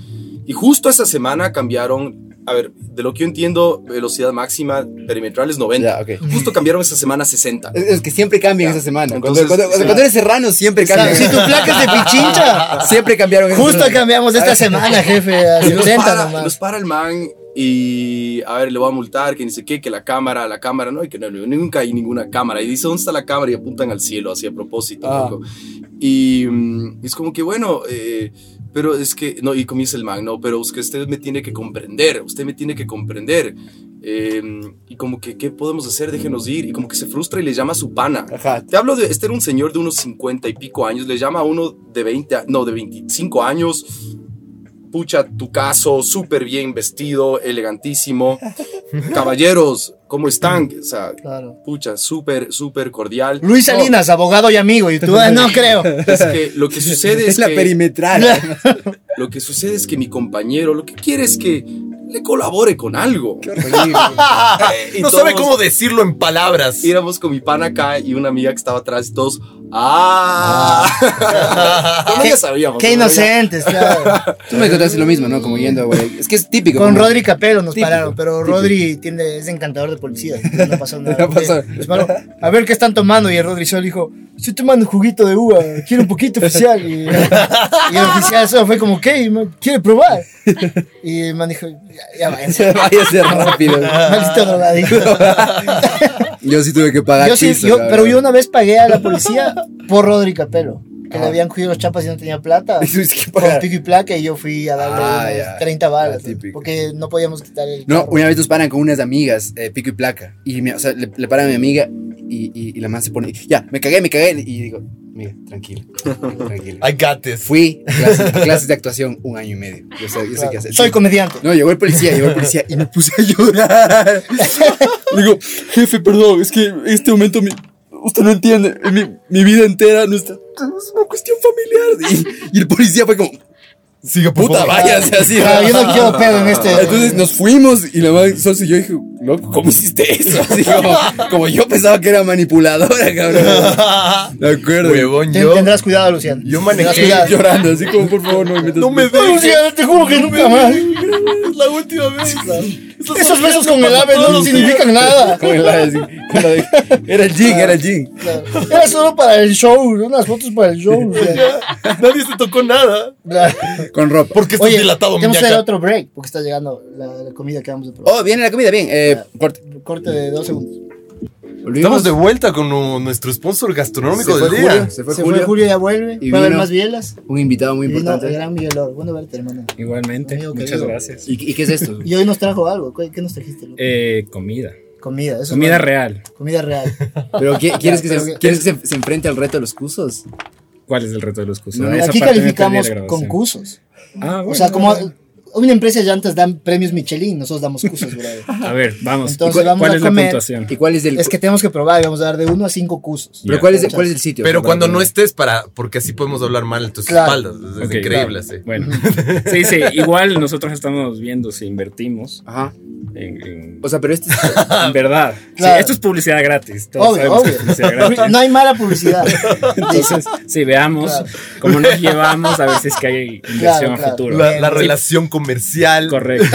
D: Y justo esa semana cambiaron, a ver, de lo que yo entiendo, velocidad máxima perimetral es 90.
B: Ya, ok.
D: Justo cambiaron esa semana a 60.
B: Es, es que siempre cambian
D: Ya.
B: esa semana. Cuando-
D: Entonces,
B: cuando, cuando-
D: ya.
B: cuando eres serrano, siempre cambian.
C: Si tu placa es de Pichincha.
B: Siempre cambiaron. esa
C: Justo
B: semana.
C: cambiamos esta semana, jefe. A
D: Y nos
C: 70
D: para, nos
C: nomás.
D: para el man y a ver, le voy a multar, que ni sé qué, que la cámara, la cámara, no, y que no, no, nunca hay ninguna cámara. Y dice, ¿dónde está la cámara? Y apuntan al cielo, así a propósito.
B: Ah.
D: loco. Y mm, es como que, bueno, eh, pero es que, no, y comienza el man, no, pero es que usted me tiene que comprender, usted me tiene que comprender. Eh, y como que, ¿qué podemos hacer? Déjenos ir. Y como que se frustra y le llama a su pana.
B: Ajá.
D: Te hablo de, este era un señor de unos 50 y pico años, le llama a uno de 20, a- no, de 25 años, pucha tu caso, súper bien vestido, elegantísimo, caballeros, ¿cómo están? O sea,
C: Claro.
D: pucha, súper, súper cordial.
C: Luis
D: No,
C: Salinas, abogado y amigo. Y tú, ah, no creo.
D: es que lo que sucede
B: Es
D: es
B: la
D: que,
B: perimetral.
D: lo que sucede es que mi compañero lo que quiere es que le colabore con algo. Eh, y
A: no sabe
D: todos-
A: cómo decirlo en palabras.
D: Íbamos con mi pana acá y una amiga que estaba atrás y todos, ¡ah! Como ya sabíamos.
C: Ah. Qué
D: como ya-
C: inocentes, claro.
B: Tú me contaste lo mismo, ¿no? Como yendo, güey. Es que es típico.
C: Con
B: como-
C: Rodri Capelo nos
B: Típico,
C: pararon, pero
B: típico.
C: Rodri tiene, es encantador de policía. No pasó nada.
B: No pasó.
C: Les paró, a ver qué están tomando. Y el Rodri solo dijo: Estoy tomando juguito de uva. Quiero un poquito oficial. Y, y el oficial solo fue como: ¿Qué? man? ¿Quiere probar? Y el man dijo: Ya, ya váyanse.
B: Váyase rápido.
C: Maldito drogadicto.
B: Yo sí tuve que pagar.
C: Yo sí,
B: piso,
C: yo-
B: la
C: pero yo
B: verdad.
C: una vez pagué a la policía por Rodri Capelo. Que le habían cogido los chapas y no tenía plata.
B: Y tuviste que
C: Con
B: pagar.
C: pico y placa y yo fui a darle
B: Ah,
C: unas
B: ya.
C: 30 balas.
B: La típica.
C: Porque no podíamos quitar el
B: No,
C: carro.
B: una vez nos paran con unas amigas, eh, pico y placa. Y me- o sea, le, le paran a mi amiga y, y- y la man se pone, ya, me cagué, me cagué. Y digo, mira, tranquila, tranquila.
A: I got this.
B: Fui a clases, a clases de actuación un año y medio. Yo sé, yo sé qué hacer.
C: Soy comediante.
B: No, llegó el policía, llegó el policía y me puse a llorar. Le digo, jefe, perdón, es que en este momento mi- usted no entiende, mi, mi vida entera no está, es una cuestión familiar. Y, y el policía fue como,
A: Sigue por
B: puta,
A: favor.
B: váyase así.
C: Ah, yo no quiero pedo en este.
B: Entonces nos fuimos y la madre solo yo dije, loco, ¿cómo hiciste eso? Así como, como yo pensaba que era manipuladora, cabrón. De acuerdo.
A: Huevón,
C: Ten-
A: yo.
C: Tendrás cuidado, Luciano.
A: Yo
C: Tendrás
A: manejé.
C: cuidado.
B: Llorando, así como, por favor, no me metas.
A: No me
C: No,
A: dejes.
C: Luciano, te juro que nunca más.
A: Es la última vez.
C: Esos besos con el ave no significan nada.
B: Como la de- como la de- Era el jing, era el jing.
C: Era solo para el show, ¿no? unas fotos para el show. o sea.
A: Nadie se tocó nada.
B: Con ropa.
A: Porque estás
C: Oye,
A: dilatado,
C: tenemos que
A: miñaca.
C: dar otro break porque está llegando la, la comida que vamos a probar.
B: Oh, viene la comida, bien. Eh, corte.
C: Corte de dos segundos.
A: Estamos de vuelta con uh, nuestro sponsor
B: Se
A: gastronómico del
B: fue
A: día.
B: Julio, se fue
C: Se fue
B: Julio.
C: Julio, ya vuelve.
B: Y
C: Va a haber
B: vino-
C: más bielas.
B: Un invitado muy
C: Y vino el
B: importante.
C: gran Miguel Oro. Bueno, verte, hermano.
I: Igualmente,
C: Amigo
I: muchas
C: querido.
I: gracias.
B: ¿Y, y qué es esto?
C: Y hoy nos trajo algo. ¿Qué, qué nos trajiste? loco?
I: Eh, comida.
C: comida. Eso es
I: Comida
C: bueno.
I: real.
C: Comida real.
B: ¿Pero qué- quieres que,
C: pero
B: se,
C: que-
B: quieres que se, se enfrente al reto de los cursos?
I: ¿Cuál es el reto de los cursos?
B: No,
I: Esa
C: Aquí
I: parte no entendí
C: calificamos
I: la grabación.
C: concursos.
I: Ah, bueno,
C: O sea, como
I: bueno.
C: una empresa de llantas dan premios Michelin, nosotros damos cursos, brother.
I: A ver, vamos.
C: Entonces,
I: ¿Y cuál-
C: vamos
I: ¿Cuál
C: a
I: es la
C: comer.
I: puntuación?
B: ¿Y cuál es el,
C: Es que tenemos que probar y vamos a dar de uno a cinco cursos.
B: pero
I: Ya.
B: cuál es, el- cuál es el sitio?
A: Pero cuando no estés para, porque así podemos hablar mal en tus
C: Claro.
A: espaldas. Es
I: Ok,
A: increíble
I: claro.
A: así.
I: Bueno, sí, sí. Igual nosotros estamos viendo si invertimos
B: Ajá.
I: en, en-
B: O sea, pero este.
I: en verdad. Sí,
C: Claro.
I: esto es publicidad gratis. Todos
C: Obvio,
I: sabemos que es publicidad
C: obvio.
I: gratis.
C: No hay mala publicidad.
I: Entonces, sí, veamos
C: Claro.
I: cómo nos llevamos, a ver si es que hay inversión
C: Claro,
I: a
C: claro.
I: futuro.
A: La, la
I: Sí,
A: relación comercial.
I: Correcto.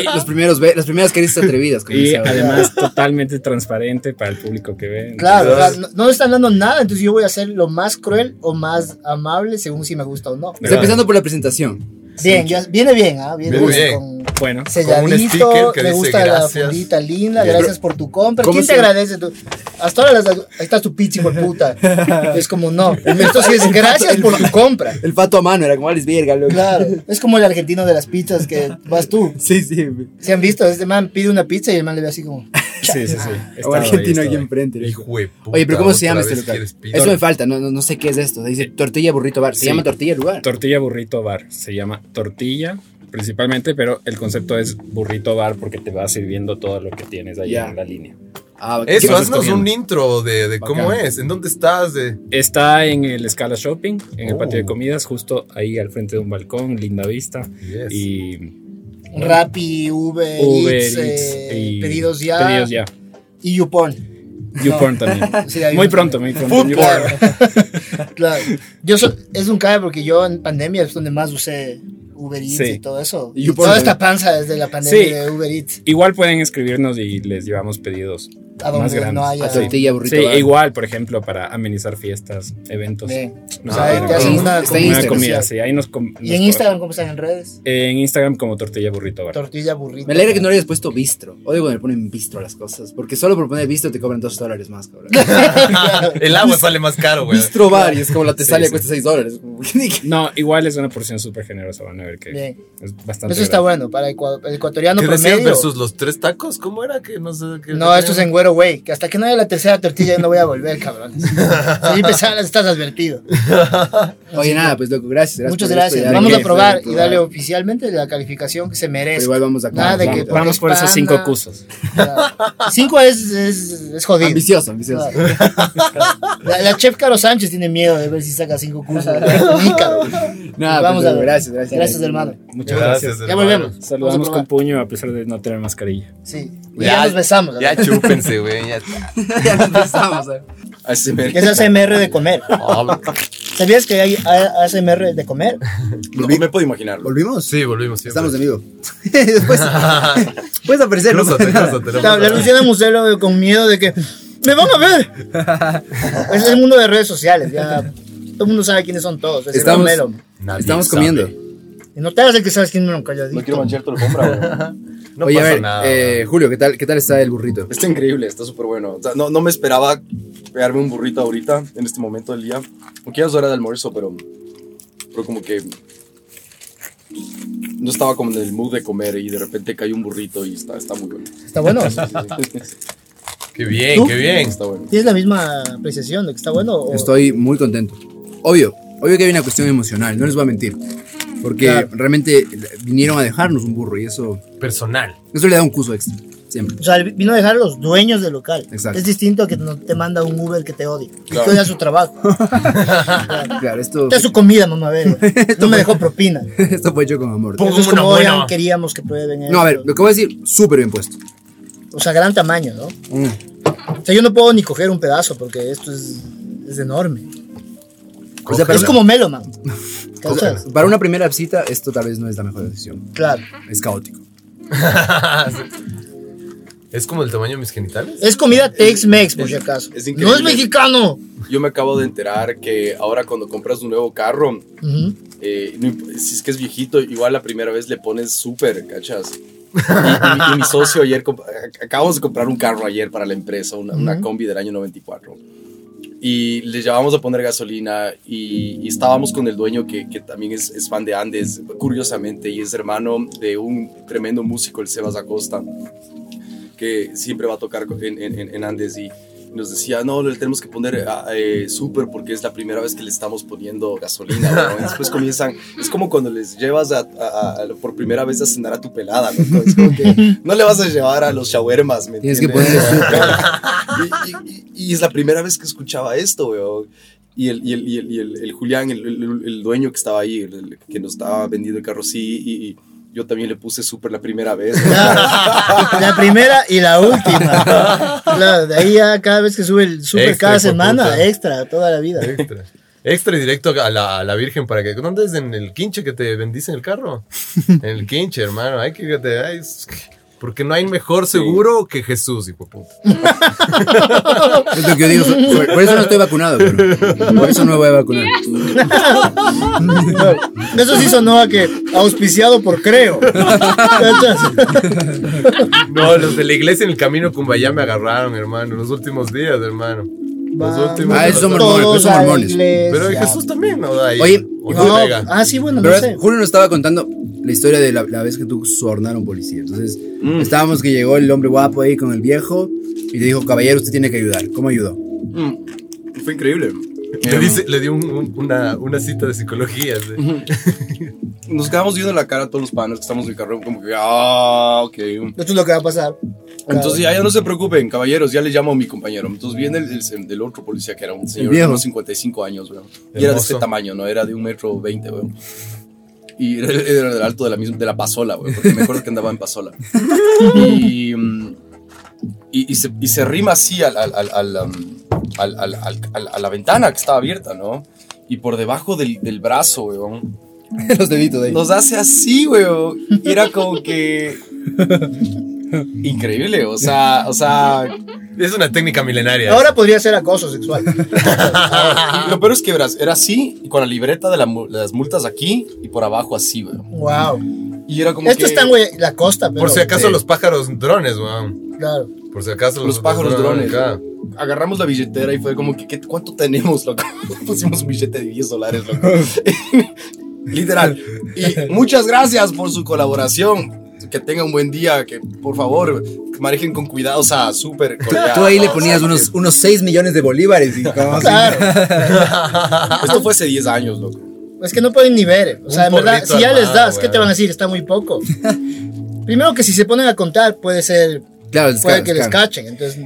B: y los primeros, ve- las primeras caristas atrevidas. como
I: Y
B: se habla.
I: además totalmente transparente para el público que ve.
C: Claro,
A: Entonces-
C: claro, no, no están dando nada, entonces yo voy a ser lo más cruel o más amable según si me gusta o no.
B: O sea, empezando por la presentación.
C: Bien, ya- viene bien, ¿ah? Viene
A: Viene bien.
C: Con
I: Bueno,
C: selladito,
A: sticker que
C: me
A: dice
C: gusta la
A: gracias.
C: fundita linda,
A: Bien.
C: gracias por tu compra.
B: ¿Cómo
C: ¿Quién te
B: se-
C: agradece? tú? Hasta ahora las, ahí está tu pizza, hijo de puta. Es como, no, esto sí es gracias por tu compra.
B: El pato a mano era como, "Ales verga, loco".
C: Claro, es como el argentino de las pizzas que vas tú.
B: Sí, sí. güey.
C: ¿Se han visto? Este man pide una pizza y el man le ve así como...
I: sí, sí, sí.
B: O
I: he estado ahí,
B: argentino
I: he
B: aquí
I: estado
B: enfrente. loco.
A: Hijo de puta,
B: Oye, pero ¿cómo se
A: otra
B: llama
A: vez
B: este lugar?
A: quieres pizza.
B: Eso me falta, no, no, no sé qué es esto. Dice tortilla burrito bar. Se
I: Sí.
B: llama tortilla el lugar.
I: ahí. Tortilla Burrito Bar. Se llama tortilla principalmente, pero el concepto es burrito bar porque te va sirviendo todo lo que tienes ahí
B: Ya.
I: en la línea.
B: Ah, ¿qué
A: Eso,
B: estás
A: haznos
B: comiendo?
A: un intro de, de cómo
I: Bacán.
A: es, en dónde estás. De...
I: Está en el Escala Shopping, en el
A: Oh.
I: patio de comidas, justo ahí al frente de un balcón, linda vista.
A: Yes.
I: Y
C: Rappi, Uber,
I: Uber
C: Eats,
I: Eats
C: eh,
I: y
C: pedidos ya,
I: Pedidos ya.
C: y YouPorn.
I: YouPorn también.
C: Sí, hay
I: Muy
C: un-
I: pronto, muy pronto.
A: Food
I: YouPorn.
C: Claro. Yo so- es un cae porque yo en pandemia es donde más usé Uber Eats
I: Sí.
C: y todo eso.
B: Y
C: Y
B: YouPorn
C: toda
B: también.
C: esta panza desde la pandemia
I: Sí.
C: de Uber Eats.
I: Igual pueden escribirnos y les llevamos pedidos.
C: A
I: Más
C: donde
I: grandes.
C: no haya...
B: A tortilla burrito
I: Sí,
B: bar.
I: igual, por ejemplo, para amenizar fiestas, eventos.
C: Bien.
I: No,
C: O sea, Pues ahí te
I: no,
C: hacen
I: no, no,
C: una
B: Está
I: una
B: en
C: comida
B: Instagram.
I: comida,
C: especial.
I: sí, ahí nos com- nos
C: ¿Y en
I: co-
C: Instagram cómo están en redes?
I: En Instagram como tortilla burrito bar.
C: Tortilla burrito.
B: Me alegra que no le hayas puesto bistro. Odio cuando le ponen bistro a las cosas. Porque solo por poner bistro te cobran 2 dólares más, cabrón.
A: El agua sale más caro, güey.
B: bistro bar y es como la tesalia
I: sí.
B: cuesta 6 dólares. Como, ¿qué ni qué?
I: No, igual es una porción súper generosa, van a ver que
C: Bien.
I: es bastante.
C: Eso está
I: grande.
C: bueno para ecua- el ecuatoriano
A: ¿Qué decías
C: promedio.
A: versus los tres tacos? ¿Cómo era? Que no sé. qué-
C: No, esto es en güero, güey. Que hasta que no haya la tercera tortilla yo no voy a volver, cabrones. Si empezar, estás advertido.
B: Oye, nada, pues loco, gracias. gracias
C: Muchas
B: por
C: gracias.
B: esto, ya.
C: Vamos a
I: que-
C: probar y
B: Pero
C: darle oficialmente la calificación que se merece.
B: igual vamos a Ah,
C: Nada de que
I: Vamos, vamos por esos cinco
C: Hispana.
I: cursos.
C: Ya. Cinco es, es, es jodido.
B: Ambicioso, ambicioso.
C: Claro. La, la chef Caro Sánchez tiene miedo de ver si saca cinco cursos. Ni, cabrón.
B: Nada,
C: Vamos
B: pues,
C: a
B: loco,
C: ver.
B: gracias, gracias.
C: Gracias, hermano.
I: Muchas gracias.
A: Gracias.
C: Ya
A: hermano.
C: volvemos.
I: Saludamos
C: Vamos a
I: con
C: probar.
I: puño a pesar de no tener mascarilla.
C: Sí. Y ya, nos besamos.
A: Ya
C: ¿verdad?
A: chúpense, güey. ya está.
B: ya nos empezamos. eh.
D: Así me-
C: Es ASMR de comer.
A: Ah,
C: ¿Sabías que hay A- ASMR de comer?
D: No me puedo imaginarlo.
B: ¿Volvimos?
A: sí, volvimos. siempre.
B: Estamos en vivo. Después, puedes aparecer. no
A: Crúzate,
B: pasa nada.
A: crúzate, no
C: La,
A: pasa
C: la
A: nada.
C: Luciana Muselo con miedo de que me van a ver. es el mundo de redes sociales. Ya, todo el mundo sabe quiénes son todos. Es
B: Estamos-
C: el Melo.
A: Nadie
B: Estamos
A: sabe.
B: comiendo.
C: Y no te hagas el que sabes quién me lo calladito.
D: No quiero manchar tu alfombra, güey.
A: No
B: Oye,
A: pasa
B: a ver,
A: nada.
B: eh, Julio, ¿qué tal, ¿qué tal está el burrito?
D: Está increíble, está súper bueno. O sea, no, no me esperaba pegarme un burrito ahorita, en este momento del día. Aunque ya es hora de almuerzo, pero. Pero como que. No estaba como en el mood de comer y de repente cayó un burrito y está, está muy bueno.
C: Está bueno.
A: Qué bien,
C: ¿Tú?
A: qué bien.
D: Está bueno.
C: ¿Tienes la misma apreciación de que está bueno? O...
B: Estoy muy contento. Obvio, obvio que hay una cuestión emocional, no les voy a mentir. Porque
C: Claro.
B: realmente vinieron a dejarnos un burro y eso,
A: Personal.
B: eso le da un curso extra. Siempre.
C: O sea, vino a dejar a los dueños del local.
B: Exacto.
C: Es distinto a que no te manda un Uber que te odie. y
D: Claro.
C: Que odia su trabajo. Claro.
B: Claro, esto,
C: Esta es su comida, mamá. ver. No me dejó propina.
B: esto fue hecho con amor.
A: Pum.
C: Eso es
A: Una
C: como
A: buena.
C: oigan, queríamos que prueben esto.
B: No, a ver, lo que voy a decir, súper bien puesto.
C: O sea, gran tamaño, ¿no?
B: Mm.
C: O sea, yo no puedo ni coger un pedazo porque esto es, es enorme.
B: O sea,
C: es como Melo, man. ¿Cachas?
B: Para una primera cita, esto tal vez no es la mejor decisión.
C: Claro.
B: Es caótico.
A: ¿Es como el tamaño de mis genitales?
C: Es comida Tex-Mex, por si acaso.
D: es
C: no es
D: increíble.
C: mexicano.
D: Yo me acabo de enterar que ahora cuando compras un nuevo carro,
C: Ujú.
D: eh, no imp- si es que es viejito, igual la primera vez le pones súper, ¿cachas? Y, y- y mi socio ayer, comp- ac- acabamos de comprar un carro ayer para la empresa, una, una
C: Ujú.
D: combi del año 94. Y le llevábamos a poner gasolina y, y estábamos con el dueño que, que también es, es fan de Andes, curiosamente, y es hermano de un tremendo músico, el Sebas Acosta, que siempre va a tocar co- en, en- en Andes y nos decía, no, le tenemos que poner ah, eh, súper porque es la primera vez que le estamos poniendo gasolina. ¿no?". Y Después comienzan, es como cuando les llevas a- a- a- por primera vez a cenar a tu pelada, ¿no? Es como que no le vas a llevar a los shawarmas, ¿me
B: Tienes que
D: entiendes?
B: ponerle súper.
D: Y, y- y- y es la primera vez que escuchaba esto, weón. Y el, y el, y el- y el- el Julián, el, el- el dueño que estaba ahí, el- el que nos estaba vendiendo el carro, sí, y, y yo también le puse súper la primera vez.
C: Claro. La primera y la última. Claro, de ahí ya cada vez que sube el super
A: Extra,
C: cada
A: hijo de
C: semana,
A: puta.
C: extra, toda la vida.
A: Extra. Extra y directo a la, a la Virgen para que. ¿Dónde es? ¿En el quinche que te bendice el carro? En el quinche, hermano. Hay que te. ay, es- porque no hay mejor seguro que Jesús, hijo de puta.
B: Es lo que yo digo. so- Por, por eso no estoy vacunado, pero. Por eso no me voy a vacunar.
C: Claro. Eso sí sonó a que auspiciado por Creo. ¿Cachas?
A: No, los de la iglesia en el camino Cumbayá me agarraron, hermano. Los últimos días, hermano. Los últimos
B: Ah, esos son
A: días.
B: mormones, pero
C: Todos
B: son
C: a la
B: mormones.
C: iglesia.
A: Pero Jesús también, ¿no? Ahí,
B: Oye,
A: o no
C: No,
A: pega.
C: ah, sí, bueno, no
B: Pero
C: sé.
B: Julio nos estaba contando la historia de la, la vez que tú sornaron policía. Entonces, estábamos que llegó el hombre guapo ahí con el viejo y le dijo, caballero, usted tiene que ayudar. ¿Cómo ayudó?
D: Mm, Fue increíble.
A: le, dice- le dio un- un- una, una cita de psicología. sí.
D: Nos quedamos viendo la cara a todos los panos que estamos en el carro, como que, ah, ok.
C: Esto es lo que va a pasar.
D: Entonces ya, ya no se preocupen, caballeros, ya le llamo a mi compañero. Entonces viene el, el- el otro policía que era un señor de
B: viejo.
D: unos 55 años, weón. Y era de este
A: Hermoso.
D: tamaño, no era de un metro 20, weón. Y era, era del alto de la, misma, de la pasola, weón, porque me acuerdo que andaba en pasola. Y, mm, y, y se, y se arrima así al, al- al- al, um, al- al- al- al- a la ventana que estaba abierta, ¿no? Y por debajo del, del brazo, weón,
B: Los deditos de ahí.
D: nos hace así, weón. Y era como que... Increíble, o sea, o sea,
A: Es una técnica milenaria.
C: Ahora podría ser acoso sexual.
D: Y lo peor es que verás, era así, y con la libreta de la mu- las multas aquí y por abajo así, weón.
C: Wow.
D: Y era como
C: Esto
D: que
C: está en güey, la costa, pero.
A: Por si acaso
D: sí.
A: los pájaros drones, weón.
C: Claro.
A: Por si acaso
D: los pájaros drones.
A: acá.
D: weón. Agarramos la billetera y fue como que, ¿qué- ¿cuánto tenemos, loco? Pusimos un billete de 10 dólares, loco. Literal. Y muchas gracias por su colaboración. Que tengan un buen día, que por favor manejen con cuidado, o sea, súper cordial.
B: Tú ahí
D: ¿no?
B: le ponías
D: O sea,
B: unos, unos 6 millones de bolívares y
A: Ah,
B: como
C: Claro.
D: Esto fue hace 10 años, loco.
C: Es que no pueden ni ver. O sea, en
A: Un
C: verdad,
A: porrito
C: si ya les
A: armado,
C: das, ¿qué
A: weón.
C: te van a decir? Está muy poco. Primero que si se ponen a contar, puede ser.
B: Claro, les
C: puede
B: ca-
C: que
B: les
C: les cachen. Entonces,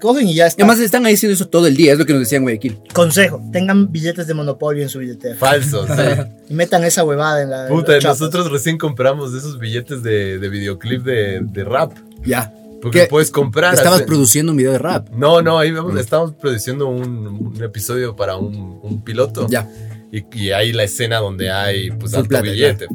C: cogen y ya
B: Y
C: está.
B: además están ahí haciendo eso todo el día, es lo que nos decían Guayaquil.
C: Consejo: tengan billetes de monopolio en su billetera.
A: Falsos, sí.
C: Y metan esa huevada en la.
A: Puta,
C: en la chapa.
A: nosotros recién compramos de esos billetes de, de videoclip de, de rap.
B: Ya.
A: Porque
B: ¿Qué?
A: puedes comprar.
B: Estabas
A: hace-
B: produciendo un video de rap.
A: No, no, ahí vamos, estábamos produciendo un, un episodio para un, un piloto.
B: Ya.
A: Y, y hay la escena donde hay pues
B: Full
A: alto
B: plata,
A: billete.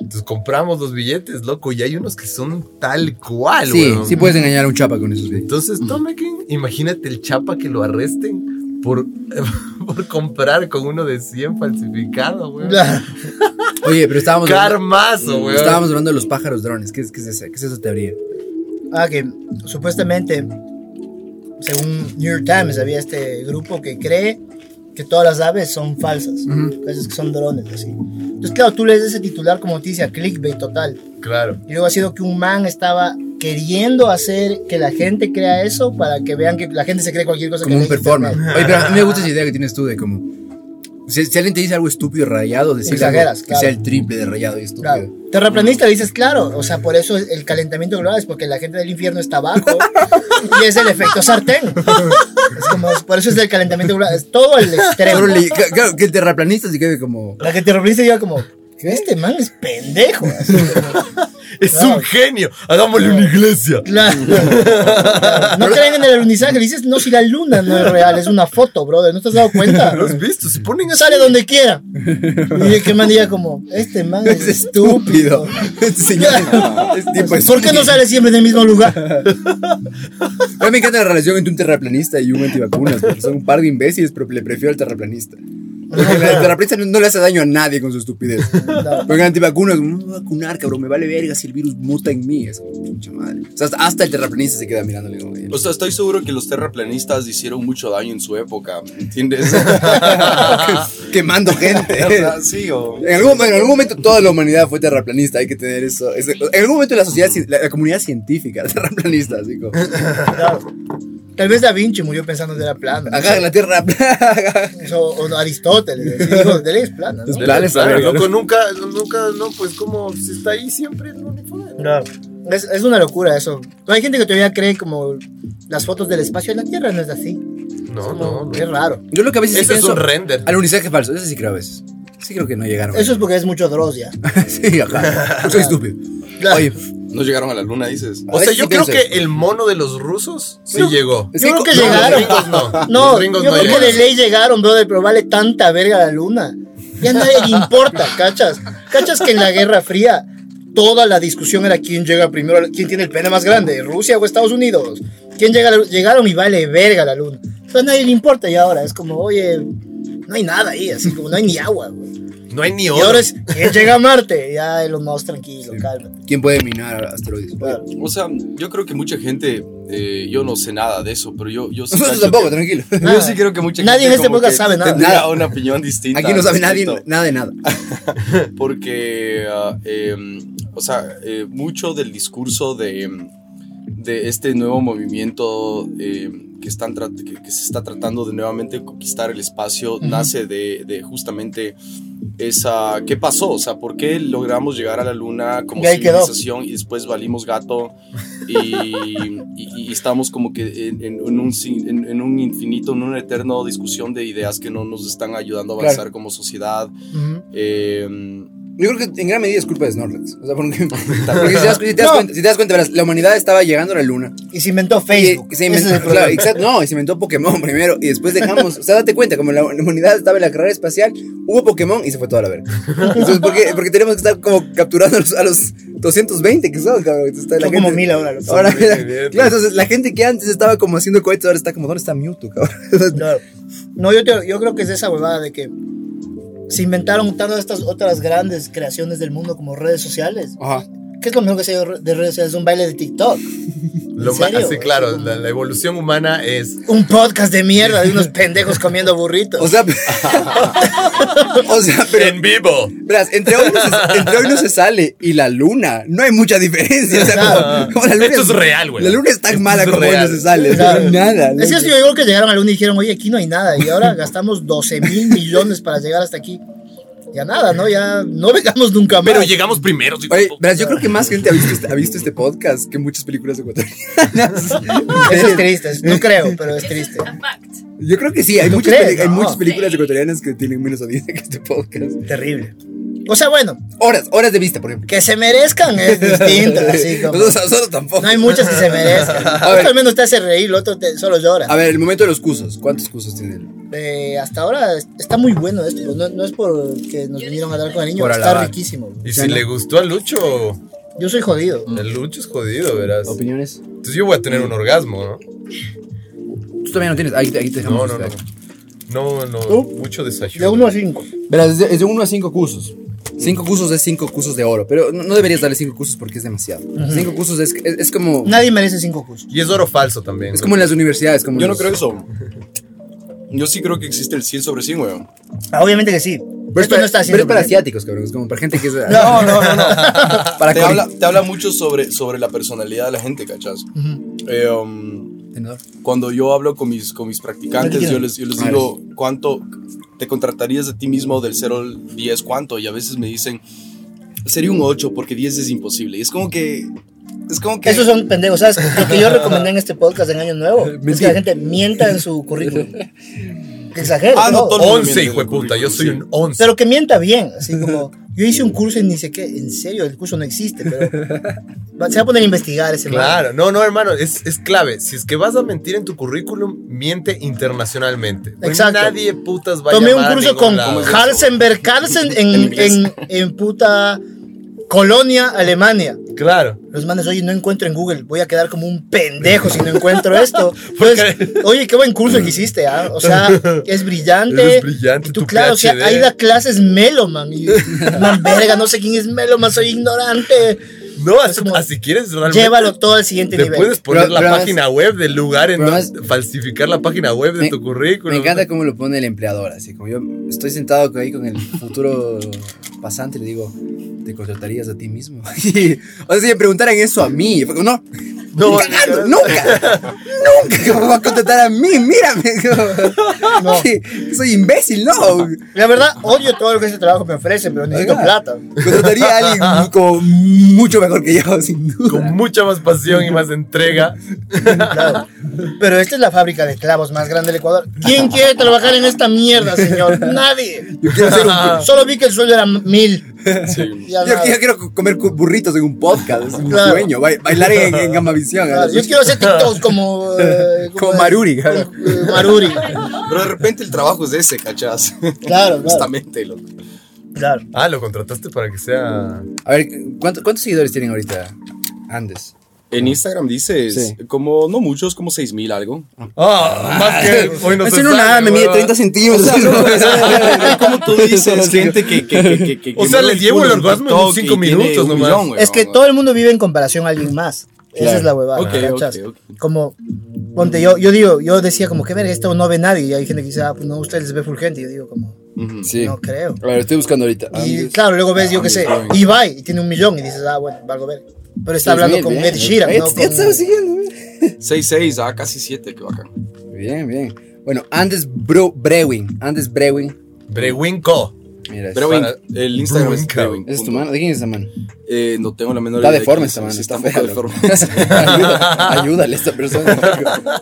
A: Entonces compramos los billetes, loco, y hay unos que son tal cual,
B: Sí,
A: weón.
B: sí puedes engañar a un chapa con esos videos.
A: Entonces, tome que imagínate el chapa que lo arresten por, por comprar con uno de 100 falsificado, weón.
B: Oye, pero estábamos
A: Carmazo, weón.
B: Estábamos hablando de los pájaros drones. ¿Qué es, qué es esa, qué es esa teoría?
C: Ah, que supuestamente, según New York Times, había este grupo que cree que todas las aves son falsas, entonces que son drones, así. Entonces, claro, tú lees ese titular como noticia, clickbait total.
A: Claro.
C: Y luego ha sido que un man estaba queriendo hacer que la gente crea eso para que vean que la gente se cree cualquier cosa
B: Como
C: que
B: un
C: ve en
B: performance.
C: internet.
B: Oye, pero a mí me gusta esa idea que tienes tú de como. Si, si alguien te dice algo estúpido, rayado, decirle algo
C: Exageras,
B: que
C: claro.
B: sea el triple de rayado y estúpido.
C: Claro. Terraplanista dices, claro, o sea, por eso el calentamiento global es porque la gente del infierno está abajo y es el efecto sartén. Es como, por eso es el calentamiento global, es todo el extremo.
B: Pero le- ca- claro, que el terraplanista se quede como.
C: La que terraplanista lleva como, este man es pendejo. así como,
A: Es
C: Claro.
A: un genio. Hagámosle una iglesia.
C: claro. Claro. No creen en el alunizaje, le dices, no, si la luna no es real, es una foto, brother, ¿no te has dado cuenta?
A: ¿Lo has visto? Se ponen así.
C: Sale donde quiera. Y el que man diga como, este man es
B: Es estúpido.
C: estúpido.
B: Este señor es este tipo
C: Pues, ¿Por qué no
B: estúpido.
C: sale siempre del mismo lugar?
B: A mí me encanta la relación entre un terraplanista y un antivacunas. Porque son un par de imbéciles, pero le prefiero al terraplanista. Porque el terraplanista no, no le hace daño a nadie con su estupidez. Porque el antivacunas, no me voy a vacunar, cabrón, me vale verga si el virus muta en mí. Es como, "Pucha madre. O sea, hasta, hasta el terraplanista se queda mirándole como.
D: O sea, estoy seguro que los terraplanistas hicieron mucho daño en su época, ¿entiendes?
B: quemando gente.
D: sí, o...
B: En algún, en algún momento toda la humanidad fue terraplanista, hay que tener eso. ese- en algún momento la sociedad, ci- la, la comunidad científica era terraplanista, así como.
C: Tal vez Da Vinci murió pensando que era plano. ¿no?
B: Acá la tierra plana.
C: O, o Aristóteles, así, dijo, de ley es plana, ¿no?
B: planes,
A: Claro,
B: verga.
A: loco, nunca, nunca, no, pues como si está ahí siempre el uniforme.
C: Es, es una locura eso. Hay gente que todavía cree como las fotos del espacio de la Tierra no es así.
A: No,
C: Como,
A: no, no.
C: Es raro.
B: Yo lo que a veces sí
A: Ese es
B: pienso-
A: un render.
B: Alunizaje falso, eso sí creo a veces. Sí creo que no llegaron.
C: Eso es porque es mucho dross ya.
B: sí, acá. Soy estúpido.
C: Claro.
B: Oye,
D: No llegaron a la luna, dices.
A: O sea, yo
B: Sí,
A: creo
B: pienso.
A: que el mono de los rusos sí llegó.
B: es
C: yo creo que
B: co- no,
A: los
C: llegaron.
A: gringos no.
C: No,
A: Los gringos
C: yo
A: no
C: creo que de
A: llegaron.
C: ley llegaron, brother, pero vale tanta verga la luna. Ya nadie le importa, cachas. Cachas que en la Guerra Fría toda la discusión era quién llega primero, quién tiene el pene más grande, Rusia o Estados Unidos. ¿Quién llega? a la luna? Llegaron y vale verga la luna. Entonces a nadie le importa y ahora es como, oye, no hay nada ahí, así como no hay ni agua, güey.
A: No hay ni
C: Y ahora
A: oro.
C: es, ¿quién llega a Marte? Ya Elon Musk, tranquilo, cálmate.
B: ¿Quién puede minar asteroides?
C: Claro.
D: O sea, yo creo que mucha gente, eh, yo no sé nada de eso, pero yo, yo sí
B: Nosotros
D: cacho
B: tampoco,
D: que-
B: tranquilo.
D: Yo sí creo que mucha
C: Nadie en
D: gente
C: este
D: como
C: podcast
D: que
C: sabe nada.
D: tendrá
B: Nada.
D: una opinión distinta.
B: Aquí no
D: al
B: sabe nadie
D: respecto.
B: nada de nada.
D: porque ah, eh, o sea eh, mucho del discurso de, de este nuevo movimiento eh, que están trat- que, que se está tratando de nuevamente conquistar el espacio nace de, de justamente esa qué pasó o sea por qué logramos llegar a la luna como
C: Y ahí quedó.
D: civilización y después valimos gato y, y- y estamos como que en, en- en un, sin- en- en un infinito en una eterna discusión de ideas que no nos están ayudando a
B: Claro.
D: avanzar como sociedad eh,
B: Yo creo que en gran medida es culpa de Snorlax. O sea, porque, porque si, te das, si te das
C: No.
B: cuenta, si te das cuenta, verás, la humanidad estaba llegando a la luna.
C: Y se inventó
B: Y
C: Facebook.
B: se
C: Ese es el
B: inventó,
C: problema.
B: claro, exacto, no, y se inventó Pokémon primero y después dejamos. O sea, date cuenta, como la humanidad estaba en la carrera espacial, hubo Pokémon y se fue toda la verga. Entonces, ¿por qué? Porque tenemos que estar como capturando a los, a los 220 que son, cabrón. Entonces, está la
C: Son como
B: gente-
C: mil ahora. loco.
B: Ahora,
A: Son mil, bien.
B: claro, entonces la gente que antes estaba como haciendo cohetes ahora está como, ¿dónde está Mewtwo, cabrón?
C: Claro. No, yo, te- yo creo que es esa huevada de que se inventaron todas estas otras grandes creaciones del mundo como redes sociales.
B: Ajá.
C: ¿Qué es lo mejor que se ha ido de redes sociales? Un baile de TikTok.
A: Lo
C: ¿En
A: ma-
C: serio?
A: sí, claro, la, la evolución humana es.
C: Un podcast de mierda de unos pendejos comiendo burritos.
B: O sea, o sea, pero.
A: en vivo.
B: Verás, entre hoy, no se, entre hoy no se sale y la luna, no hay mucha diferencia. O sea, como, como la luna
A: Esto es real, güey.
B: La luna es tan
A: Esto
B: mala
A: es
B: como hoy no
A: real.
B: se sale. o sea,
C: Claro.
B: Nada.
C: es que yo digo que llegaron al uno y dijeron, oye, aquí no hay nada. Y ahora gastamos 12 mil millones para llegar hasta aquí. Ya nada, ¿no? Ya no vengamos nunca más.
A: Pero llegamos primero. sí.
B: Oye, verás, yo creo que más gente ha visto este, ha visto este podcast que muchas películas ecuatorianas.
C: Eso es triste. es- No creo, pero es
G: This is
C: triste.
G: a fact.
B: Yo creo que sí, hay,
C: ¿Tú
B: muchas,
C: crees?
B: peli- hay
C: No.
B: muchas películas ecuatorianas que tienen menos audiencia que este podcast.
C: Terrible. O sea, bueno,
B: Horas, horas de vista, por ejemplo.
C: que se merezcan es distinto. Así como...
B: Nosotros, nosotros tampoco.
C: No hay muchas que se merezcan.
B: A ver.
C: Otro al menos te hace reír, el otro te- solo llora.
B: A ver, el momento de los cursos. ¿Cuántos cursos tienen?
C: Eh, hasta ahora es- está muy bueno esto. pues, No, no es porque nos vinieron a dar con el niño,
B: Por
C: está
B: alabar.
C: riquísimo. güey.
A: Y si le gustó a Lucho,
C: Yo soy jodido.
A: el Lucho es jodido, verás.
B: ¿Opiniones?
A: Entonces yo voy a tener un orgasmo, ¿no?
B: Tú también no tienes. Ahí, ahí te
A: No,
B: dejamos.
C: este
A: no, no. No, no,
C: ¿Tú?
A: mucho
C: De
A: desayuno.
C: 1 a 5.
B: Verás, es de- es de 1 a 5 cursos. 5 cursos es 5 cursos de oro. Pero no, no deberías darle 5 cursos porque es demasiado. 5 cursos es, es, es como.
C: Nadie merece 5 cursos.
A: Y es oro falso también.
B: Es
A: ¿no?
B: como en las universidades. Como
D: Yo no
B: los-
D: creo eso. Yo sí creo que existe el 100 sobre 100, weón.
C: Ah, obviamente que sí.
B: Pero es
C: Esto
B: para,
C: no está
B: pero es
C: haciendo
B: para
C: bien.
B: asiáticos, cabrón. Es como para gente que es.
G: No, no, no, no.
B: Para
G: te,
B: Cori.
G: habla, te habla mucho sobre, sobre la personalidad de la gente, ¿cachas? Eh, um,
B: Tenedor.
G: cuando yo hablo con mis, con mis practicantes, yo les, yo les digo, ¿cuánto te contratarías de ti mismo del 0 al 10? ¿Cuánto? Y a veces me dicen, sería un 8 porque 10 es imposible. Y es como que... Es como que...
C: Esos son pendejos. ¿Sabes? Lo que yo recomendé en este podcast en Año Nuevo es que la gente mienta en su currículum. Que exagere.
G: Ah, no,
C: todo.
G: todo-
A: 11, hijo de puta. Yo soy un 11.
C: Pero que mienta bien, así como yo hice un curso y ni sé qué, en serio, el curso no existe, pero va- se va a poner a investigar ese man.
A: Claro, no, no, hermano, es, es clave. Si es que vas a mentir en tu currículum, miente internacionalmente. Pues
C: Exacto.
A: Nadie putas va a
C: Tomé un
A: llamar a
C: curso
A: ningún
C: con
A: lado.
C: Harsenberg Carlsen
G: En
C: en,
G: inglés.
C: en, en puta Colonia, Alemania.
A: Claro.
C: Los manes, oye, no encuentro en Google, voy a quedar como un pendejo si no encuentro esto. Pues, oye, qué buen curso que hiciste, ¿ah? O sea, es brillante.
A: Eres brillante,
C: Tú,
A: tu
C: claro, o sea,
A: PhD.
C: ahí da clases Meloman. Y, man, verga, no sé quién es Meloman, soy ignorante.
A: No, así,
C: como-
A: así quieres realmente.
C: Llévalo todo al siguiente
A: Te
C: nivel.
A: puedes poner
B: Pero-
A: la
B: pero
A: página web del lugar en
B: pero
A: donde falsificar la página web de
B: Me-
A: tu currículum.
B: Me encanta cómo lo pone el empleador, así como yo estoy sentado ahí con el futuro pasante y le digo, ¿te contratarías a ti mismo? o sea, si me preguntaran eso a mí, fue como, no,
A: No,
B: no cagando, nunca, nunca que me va a contratar a mí, mírame. como,
C: No.
B: que soy imbécil, no.
C: La verdad, odio todo lo que ese trabajo me ofrece, pero necesito
B: Oiga.
C: plata.
B: Contrataría a alguien como mucho mejor que yo, sin
A: con
B: duda.
A: mucha más pasión y más entrega.
C: Claro. Pero esta es la fábrica de clavos más grande del Ecuador. ¿Quién quiere trabajar en esta mierda, señor? Nadie.
B: Yo quiero, hacer un-
C: Solo vi que el sueldo era mil.
G: Sí.
C: Ya
B: yo-
C: nada.
B: yo quiero comer cu- burritos en un podcast, es mi
C: Claro.
B: sueño, ba- bailar en, en Gamavisión. a
C: Claro,
B: las
C: Yo quiero hacer TikToks como. eh,
B: Como
C: es?
B: Maruri, claro.
C: Como, eh, Maruri.
G: Pero de repente el trabajo es ese, ¿cachas?
C: claro.
G: Justamente, loco.
C: Claro.
A: Ah, lo contrataste para que sea.
B: A ver, ¿cuánto- ¿cuántos seguidores tienen ahorita? Andes.
G: En Instagram dices,
B: Sí.
G: como, no muchos, como 6000 algo.
A: Ah, más que hoy no
B: Es
G: pues
A: se
B: en una
A: sabe,
B: A, me mide
A: huevón.
B: 30 centímetros.
G: Como tú dices, gente que, que, que, que, que
A: O sea,
G: mueve
A: les llevo el
G: culo
A: orgasmo en
G: TikTok
A: cinco
G: y tiene
A: minutos
G: un
A: nomás.
G: millón, güey,
C: Es que
G: ¿no?
C: todo el mundo vive en comparación a alguien más. Esa es la huevada.
G: Ok,
C: ¿cachas?
G: ok, ok.
C: Como, ponte, yo, yo digo, yo decía como, qué verga, esto no ve nadie. Y hay gente que dice, ah, pues no, ustedes les ve full gente. Y yo digo como,
G: Ujú.
B: Sí.
C: no creo.
B: A ver, estoy buscando ahorita.
C: Y claro, luego ves, yo qué sé, Ibai, y tiene un millón. Y dices, ah, bueno, valgo ver. Pero
B: Pues
C: está hablando con Ed Sheeran,
B: Ya
C: no
B: te estaba
C: con...
B: siguiendo, mira.
G: 6-6, ah, casi 7, qué bacán.
B: Bien, bien. Bueno, Andes Bro Brewing. Andes Brewing.
A: Brewinco.
B: Mira, es-
G: Brewing,
A: para-
G: el Instagram es
A: Brewing,
G: Brewing.
B: ¿Esa es tu
G: punto.
B: mano? ¿De quién es esa mano?
G: Eh, no tengo la menor
B: Está
G: idea. de
B: deforme
G: quién
B: esta
G: es,
B: mano,
G: sí,
B: está
G: un poco
B: fea,
G: deforme.
B: Ayuda- Ayúdale a esta persona.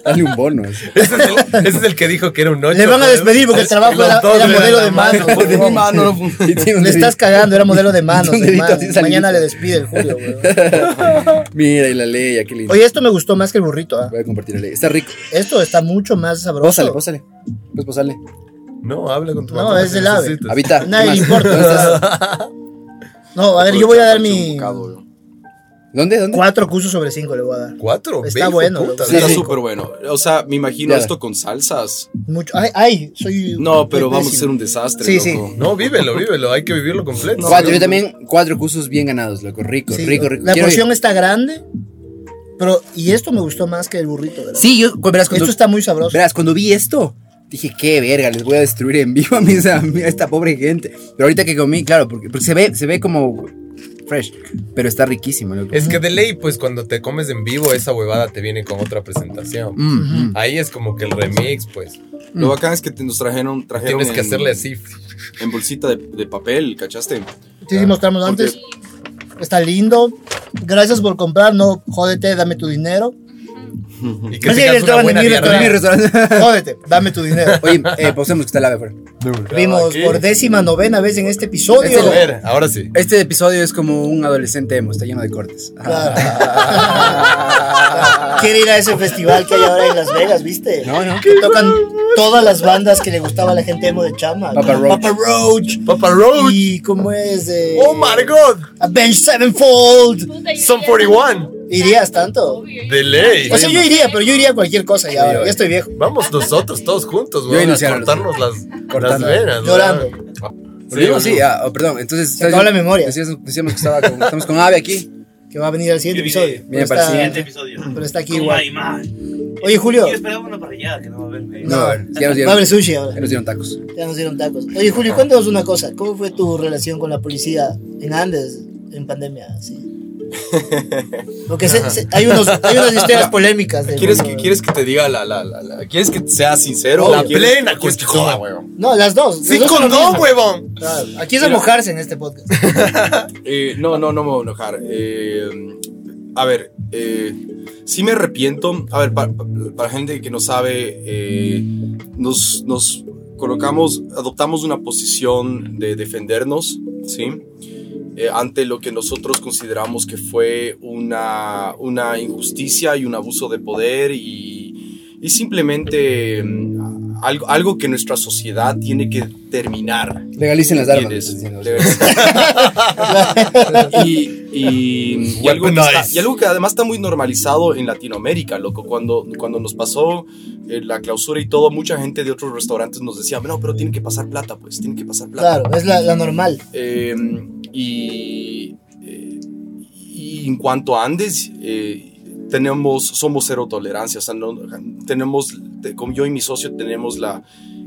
B: Dale un bono. así.
A: Ese es, el, ese es el que dijo que era un 8.
C: Le van a despedir porque el trabajo
A: Los
C: era,
A: dos
C: era
A: le dan
C: modelo
A: la
C: de
A: mano.
C: mano.
G: Porque Pues mi
C: huevón.
G: mano no fun-
B: Y tiene un
C: Le estás
B: dedito.
C: cagando, era modelo de manos.
B: Un dedito
C: hermano.
B: así salido.
C: Mañana le despide el Julio, huevón.
B: Mira, y la ley, qué lindo.
C: Oye, esto me gustó más que el burrito. ah.
B: Voy a compartir la ley. Está rico.
C: Esto está mucho más
B: Pósale,
C: sabroso.
B: pósale. Pues pósale.
A: No, habla con tu
C: No,
A: mamá.
C: es
A: si
C: el ave.
A: necesitas.
B: Habita.
C: Nadie
B: ¿qué
C: le
B: más?
C: importa.
B: ¿Dónde estás?
C: No, a ver, yo voy a dar mi
G: Un bocado, güey.
B: ¿Dónde? ¿Dónde?
C: cuatro cursos sobre cinco le voy a dar.
A: Cuatro.
C: Está
A: ve, hijo
C: bueno,
A: puta.
B: Sí,
G: Está
B: sí.
G: súper bueno. O sea, me imagino
B: Ya.
G: esto con salsas.
C: Mucho. Ay, ay, soy.
G: No, pero
C: soy
G: vamos a
C: pésimo.
G: ser un desastre.
C: Sí, sí.
G: loco.
A: No, vívelo, vívelo. Hay que vivirlo completo.
B: Cuatro, yo también, cuatro cursos bien ganados, loco. Rico,
C: Sí,
B: rico, rico.
C: La
B: Quiero ir.
C: porción está grande, pero y esto me gustó más que el burrito. de verdad.
B: Sí, yo, verás, cuando,
C: Esto está muy sabroso.
B: verás, cuando vi esto, dije, qué verga, les voy a destruir en vivo a, mis, a mi- a esta pobre gente. Pero ahorita que comí, claro, porque, porque se, ve, se ve como fresh, pero está riquísimo, loco.
A: Es que de ley, pues cuando te comes en vivo, esa huevada te viene con otra presentación.
B: Mm, mm.
A: Ahí es como que el remix, pues.
C: Mm.
G: Lo bacán es que te- nos trajeron. trajeron
A: Tienes que
G: en-
A: hacerle así.
G: En bolsita de, de papel, ¿cachaste?
C: Sí, sí, mostramos
G: Porque-
C: antes. Está lindo. Gracias por comprar. No, jódete, dame tu dinero.
A: Y que
C: Así
A: tengas
C: les
A: una
C: toman
A: buena
C: en mi
A: diarrea.
B: Mi restaurante.
C: Jódete, dame tu dinero.
B: Oye, eh, pausemos que está el ave afuera.
C: Vimos
A: Aquí.
C: por décima novena vez en este episodio.
A: A ver, ahora sí.
B: Este episodio es como un adolescente emo, está lleno de cortes.
C: Claro. Quiere ir a ese festival que hay ahora en Las Vegas, ¿viste?
B: No, no.
C: Que tocan todas las bandas que le gustaba a la gente emo de Chama.
B: Papa Roach.
C: Papa Roach.
A: Papa Roach.
C: Y cómo es de.
A: Oh my god.
C: Avenged Sevenfold.
J: Puta, yo
A: Son
J: iría-
A: 41.
C: ¿Irías tanto?
J: Obvio, yo
A: De ley.
C: O sea, yo iría, pero yo iría a cualquier cosa ya ahora. Ya estoy viejo.
A: Vamos nosotros todos juntos,
B: Yo
A: güey. A
B: iniciar ahorita.
A: cortarnos las, las
B: Cortando.
A: venas. güey.
C: Llorando.
B: Pero digo,
A: Sí,
B: sí, ah, oh, perdón, entonces...
C: acabó la memoria.
B: Decíamos, decíamos que estaba con- estamos con ave aquí.
C: Que va a venir al siguiente episodio.
B: Viene
C: Pero
B: para el
C: está-
B: siguiente Oh
K: episodio.
C: Pero está aquí
K: Como
C: igual.
K: hay más.
C: Oye, Julio.
L: Yo esperaba una parrillada que no va a verme.
B: No, ya nos
C: Va a
B: dieron,
C: haber sushi
B: ya
C: ahora.
B: nos dieron tacos.
C: Ya nos dieron tacos. Oye, Julio, cuéntanos una cosa. ¿Cómo fue tu relación con la policía en Andes en pandemia? Sí. Porque se- se- hay, unos, hay unas historias polémicas. de-
D: ¿Quieres que, ¿Quieres que te diga la, la, la, la- ¿Quieres que sea sincero?
A: La
D: ¿O quieres-
A: plena,
D: quieres
A: que joda,
D: weón.
C: No, las dos. las
A: Sí,
C: dos son lo
A: condón,
C: mismo.
A: huevón.
C: Claro, Aquí es de mojarse en este podcast.
D: Eh, no, no, no me voy a enojar. Eh, a ver, eh, sí me arrepiento. A ver, pa- pa- para gente que no sabe, eh, nos, nos colocamos, adoptamos una posición de defendernos, ¿sí? Eh, ante lo que nosotros consideramos que fue una, una injusticia y un abuso de poder y, y simplemente mm, algo, algo que nuestra sociedad tiene que terminar,
B: Legalicen las armas.
D: ¿Entiendes?
B: estás diciendo.
D: y, y- y algo que
A: Nice.
D: está- y algo que además está muy normalizado en Latinoamérica, loco. Cuando, cuando nos pasó eh, la clausura y todo, mucha gente de otros restaurantes nos decía, no, pero tiene que pasar plata, pues, tiene que pasar plata.
C: Claro, es la, la normal.
D: Eh, y, eh, y en cuanto a Andes, eh, tenemos, somos cero tolerancia. O sea, no- tenemos, te- como yo y mi socio, tenemos la.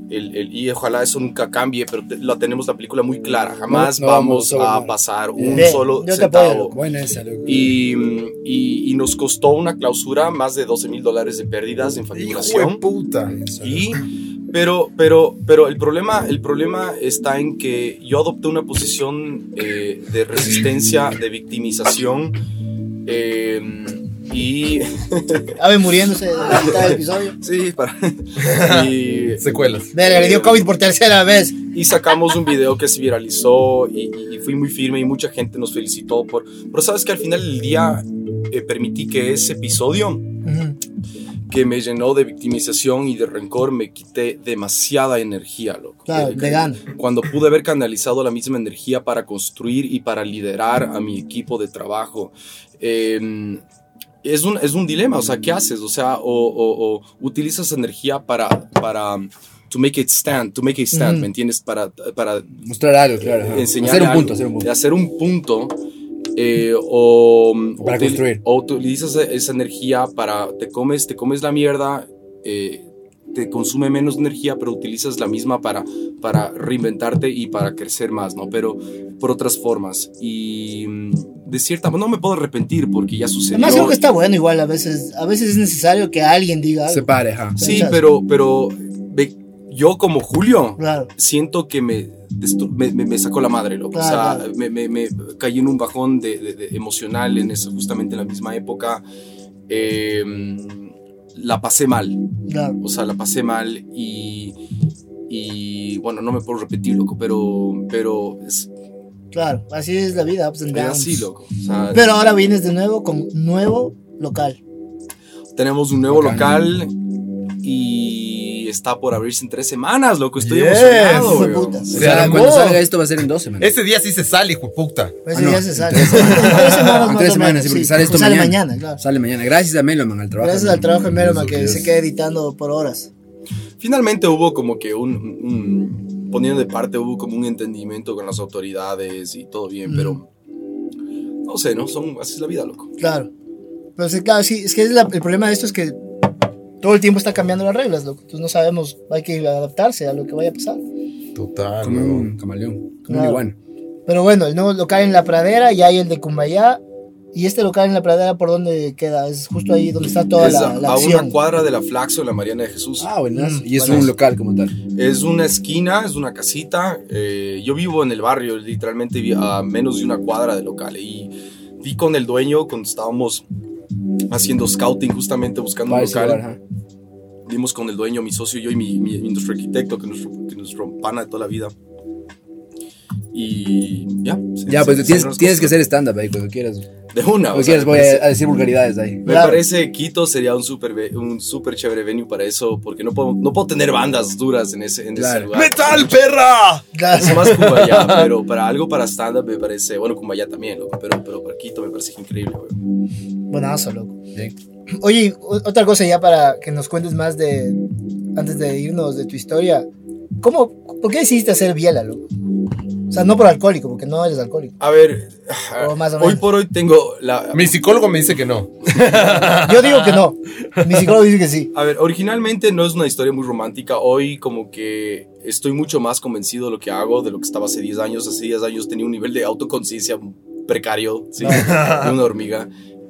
D: el- el- y ojalá eso nunca cambie, pero te- la tenemos la película muy clara. Jamás
B: no
D: vamos
B: vamos a
D: a
B: volver.
D: pasar un
C: Bien,
D: solo
C: yo te apoyo,
D: centavo.
C: loco.
B: Buena esa, loco.
D: Y, y- y nos costó una clausura más de 12 mil dólares de pérdidas en facturación.
M: puta.
D: Y, pero, pero, pero el problema, el problema está en que yo adopté una posición eh, de resistencia, de victimización eh, y
C: Ave muriéndose de la mitad del episodio.
D: sí, para- y,
A: Secuelas.
C: Verga, le dio COVID por tercera vez.
D: y sacamos un video que se viralizó y, y- y fui muy firme y mucha gente nos felicitó por, pero sabes que al final del día eh, permití que ese episodio
C: Ujú.
D: que me llenó de victimización y de rencor me quité demasiada energía, loco. Eh,
C: Claro,
D: Que- que-
C: vegano.
D: cuando pude haber canalizado la misma energía para construir y para liderar a mi equipo de trabajo. Eh, es, un, es un dilema, o sea, ¿qué haces? O sea, o, o- o utilizas energía para, para, um, to make it stand, to make it stand,
C: Ujú.
D: ¿me entiendes? Para, para
B: Mostrar algo, claro. ajá.
D: enseñar
B: Hacer un
D: algo,
B: punto, hacer un punto.
D: de hacer un punto eh, o,
B: Para
D: o
B: construir.
D: o utilizas e-, esa energía para te comes te comes la mierda eh, te consume menos energía pero utilizas la misma para para reinventarte y para crecer más no pero por otras formas y mm, de cierta no me puedo arrepentir porque ya
B: Este,
D: sucedió
C: Además, creo que está bueno igual a veces. A veces es necesario que alguien diga
B: Se
C: algo.
B: pare, ajá.
D: sí pero pero ve, yo como Julio
C: Claro.
D: siento que me, destru- me, me- me sacó la madre, loco.
C: Claro,
D: o sea,
C: claro.
D: me, me- me caí en un bajón de, de- de emocional en eso, justamente en la misma época. Eh, la pasé mal,
C: claro.
D: o sea, la pasé mal y, y bueno, no me puedo repetir, loco, pero, pero es,
C: Claro, así es la vida, ups and
D: es
C: downs.
D: así, loco. O sea,
C: Pero ahora vienes de nuevo con nuevo local.
D: tenemos un nuevo local y está por abrirse en tres semanas, loco. Estoy emocionado,
C: Hijo de
D: weón.
C: puta.
B: O sea,
A: Se
B: cuando
A: armó.
B: salga esto va a ser en 12, man.
A: Ese día sí se sale, hijo de puta.
C: Ese
B: Ah, no,
C: día se
B: en
C: sale.
B: tres semanas.
C: En tres semanas,
B: En tres
C: más o menos,
B: semanas, sí, porque sale esto
C: sale
B: mañana.
C: mañana, claro.
B: Sale mañana. Gracias a Meloman al trabajo.
C: Gracias al trabajo de Meloma
B: Dios,
C: que
B: Dios.
C: se queda editando por horas.
D: Finalmente hubo como que un, un- poniendo de parte hubo como un entendimiento con las autoridades y todo bien, pero
C: Mm.
D: no sé, no son así es la vida, loco.
C: Claro. Pero sí, claro, sí, es que es la- el problema de esto es que todo el tiempo está cambiando las reglas, loco. Entonces no sabemos, hay que adaptarse a lo que vaya a pasar.
A: Total,
B: Como
A: huevón.
B: un camaleón. Como
C: Claro.
B: un iguana.
C: Pero bueno, el nuevo local en La Pradera, ya hay el de Cumbayá. Y este local en La Pradera, ¿por dónde queda? Es justo ahí donde está toda
D: Es
C: la,
D: a,
C: la
D: a una
C: acción.
D: cuadra de la Flaxo, en la Mariana de Jesús.
B: Ah, buenas.
C: Mm,
B: Y es
C: buenazo.
B: un local como tal.
D: Es una esquina, es una casita. eh, yo vivo en el barrio, literalmente vi- a menos de una cuadra de local. Y vi con el dueño cuando estábamos haciendo scouting, justamente buscando un
B: Para ese
D: local.
B: lugar, ajá.
D: Vimos con el dueño, mi socio, yo y mi, mi- mi- nuestro arquitecto, que es nuestro, que es nuestro pana de toda la vida. Y ya. se-
B: Ya,
D: se-
B: pues
D: se dieron
B: tienes,
D: las
B: tienes que
D: cosas.
B: hacer stand-up ahí cuando quieras.
D: De una.
B: Cuando
D: o sea, pues,
B: quieras
D: me
B: voy
D: parece-
B: a, a decir vulgaridades ahí.
D: Me
C: Claro.
D: parece Quito sería un súper ve- un super chévere venue para eso, porque no puedo, no puedo tener bandas duras en ese, en ese
B: Claro.
D: lugar.
A: ¡Metal, perra!
C: Claro.
D: Es más Cumbayá, pero para algo para stand-up me parece. Bueno, Cumbayá también, loco, pero, pero para Quito me parece increíble, güey.
C: Buenazo, loco. Oye, o- otra cosa ya para que nos cuentes más de. Antes de irnos de tu historia. ¿Cómo, ¿Por qué decidiste hacer biela, loco? O sea, no por alcohólico, porque no eres alcohólico.
D: A ver,
B: Oh,
C: O más o
D: hoy
C: menos.
D: por hoy tengo la...
A: Mi psicólogo me dice que no.
C: Yo digo que no. Mi psicólogo dice que sí.
D: A ver, originalmente no es una historia muy romántica. Hoy como que estoy mucho más convencido de lo que hago, de lo que estaba hace 10 años. Hace 10 años tenía un nivel de autoconciencia precario, ¿sí? de una hormiga.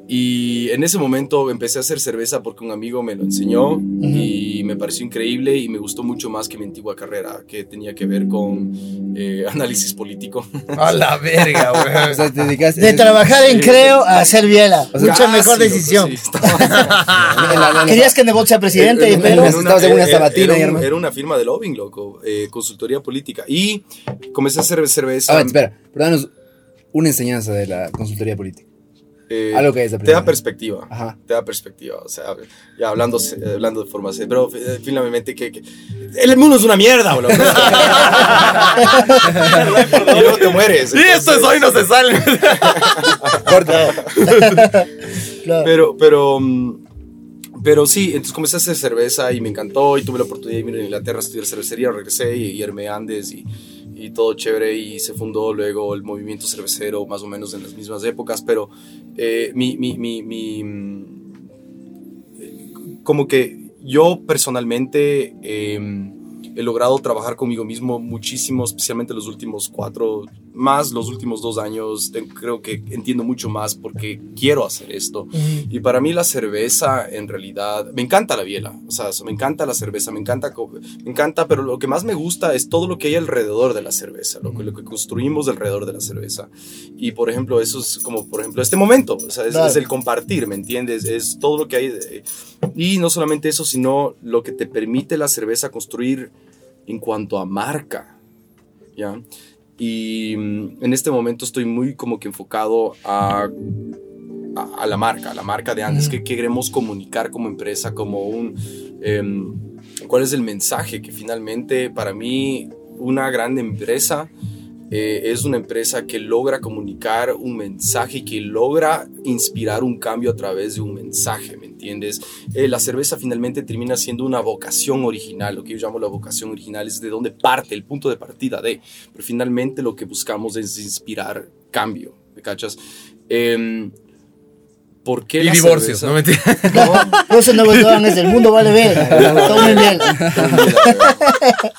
D: Y en ese momento empecé a hacer cerveza porque un amigo me lo enseñó y me pareció increíble y me gustó mucho más que mi antigua carrera, que tenía que ver con eh, análisis político.
A: A la verga,
B: O
A: güey.
B: sea, te dedicaste.
C: De trabajar en Creo a hacer biela. Mucha
D: Casi,
C: mejor
D: loco,
C: decisión.
D: sí, estaba-
C: Querías que Nebot sea presidente,
D: Eh, eh,
C: pero...
D: era
B: Estabas en una
D: eh, eh,
B: sabatina,
D: era un-
B: hermano.
D: Era una firma de lobbying, loco. eh, consultoría política. Y comencé a hacer cerveza.
B: A ver, Ah, espera, pero danos una enseñanza de la consultoría política.
D: eh,
B: Algo que hayas
D: te da
B: aprendido.
D: perspectiva.
B: Ajá.
D: Te da perspectiva. O sea, ya hablando, eh, hablando de forma seria, Pero eh, finalmente que, que- El mundo es una mierda, boludo. y luego te mueres.
A: Y esto es
D: entonces-
A: hoy no se sale.
C: Claro.
D: Pero, pero, mm, pero sí, entonces comencé a hacer cerveza y me encantó y tuve la oportunidad de ir a Inglaterra a estudiar cervecería, regresé y, y armé Andes y, y todo chévere y se fundó luego el movimiento cervecero más o menos en las mismas épocas, pero eh, mi, mi, mi, mi, mm, eh, como que yo personalmente eh, he logrado trabajar conmigo mismo muchísimo, especialmente los últimos cuatro, más los últimos dos años, Te- creo que entiendo mucho más porque quiero hacer esto.
C: Ujú.
D: Y para mí la cerveza, en realidad, me encanta la biela, o sea, me encanta la cerveza, me encanta, co- me encanta, pero lo que más me gusta es todo lo que hay alrededor de la cerveza, lo que, lo que construimos alrededor de la cerveza. Y por ejemplo, eso es como, por ejemplo, este momento, o sea, es,
C: Claro.
D: es el compartir, ¿me entiendes? Es todo lo que hay. eh, Y no solamente eso, sino lo que te permite la cerveza construir en cuanto a marca, ¿ya? Y mm, en este momento estoy muy como que enfocado a a, a la marca, a la marca de antes, que queremos comunicar como empresa, como un... em, ¿Cuál es el mensaje? Que finalmente para mí una gran empresa eh, es una empresa que logra comunicar un mensaje, que logra inspirar un cambio a través de un mensaje, ¿me entiendes? Eh, la cerveza finalmente termina siendo una vocación original, lo que yo llamo la vocación original es de dónde parte, el punto de partida de, pero finalmente lo que buscamos es inspirar cambio, ¿me cachas? Em, ¿Por qué
A: Y
D: la
A: divorcios,
D: cerveza?
A: no mentira.
C: Por eso Nebot Doan es el mundo vale verga. Todo muy bien.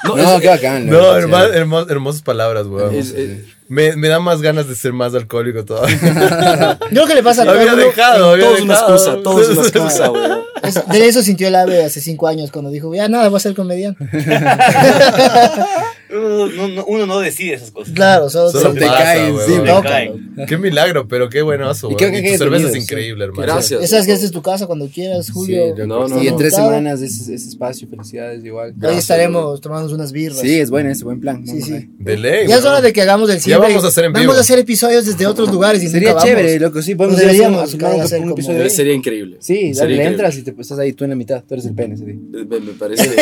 D: No,
B: No,
D: es-
B: qué bacán. la
A: No,
B: verdad,
A: herma-
B: sí.
A: hermos- hermosas palabras, güey.
D: es- es-
A: Me, me da más ganas de ser más alcohólico todavía.
C: Yo creo que le pasa a todo el
A: había
C: mundo.
A: dejado, había
D: todo es una
A: dejado.
D: excusa, todo es una excusa, güey.
C: Es- De eso sintió el ave hace cinco años cuando dijo, ya nada, voy a ser comediante.
J: Uno no, no- uno no decide esas cosas.
C: Claro, solo,
A: Solo
C: te-
B: te
A: pasa,
B: cae
A: güey.
B: encima.
J: Te
C: No,
J: caen.
A: Qué milagro, pero qué buenazo,
B: Y
A: güey.
B: creo que
A: Y
B: hay
A: tu cerveza es
B: detenidos,
A: increíble, hermano.
D: Gracias.
C: Ya sabes que esta es tu casa cuando quieras, Julio.
D: Sí, no, no,
B: Y en
D: no.
B: tres
C: Claro.
B: semanas ese, ese espacio, felicidades igual.
C: Ahí estaremos tomándonos unas birras.
B: Sí, es bueno ese buen plan.
C: Sí, sí.
A: De ley,
C: Ya es
A: güey.
C: hora de que hagamos el cierre.
A: vamos a hacer en vivo.
C: Vamos a hacer episodios desde otros lugares y
B: Sería
C: nunca
B: chévere,
C: vamos.
B: loco, sí, podemos
C: Nos
B: hacer
C: deberíamos
B: un- asumar un-
C: hacer
B: un
C: como-
B: episodio
D: Pero
B: de-
D: sería increíble.
B: Sí, dale,
D: Sería
B: le
D: increíble.
B: entras y te pues, estás ahí tú en la mitad, tú eres el pene. sí.
D: Me, me parece.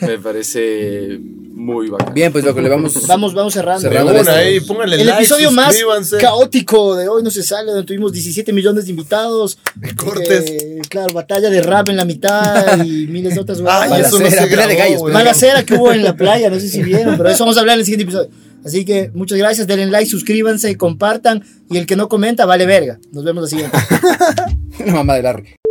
D: me parece muy bacán.
B: Bien, pues loco, le vamos.
C: Vamos, vamos cerrando.
B: Cerrando
A: De
B: Cerramos
A: una
B: esto.
A: ahí, pónganle
C: El
A: like,
C: episodio más
A: suscríbanse.
C: caótico de hoy no se sale, donde tuvimos 17 millones de invitados.
A: cortes.
C: Eh, claro, batalla de rap en la mitad y miles de otras
A: Ay,
B: Balacera,
A: eso no se
B: pelea de
A: grabó,
B: gallos,
A: güey.
C: Mala cera que hubo en la playa, no sé si vieron, pero eso vamos a hablar en el siguiente episodio. Así que muchas gracias, denle like, suscríbanse, compartan y el que no comenta vale verga. Nos vemos la siguiente.
B: La mamá de Larry.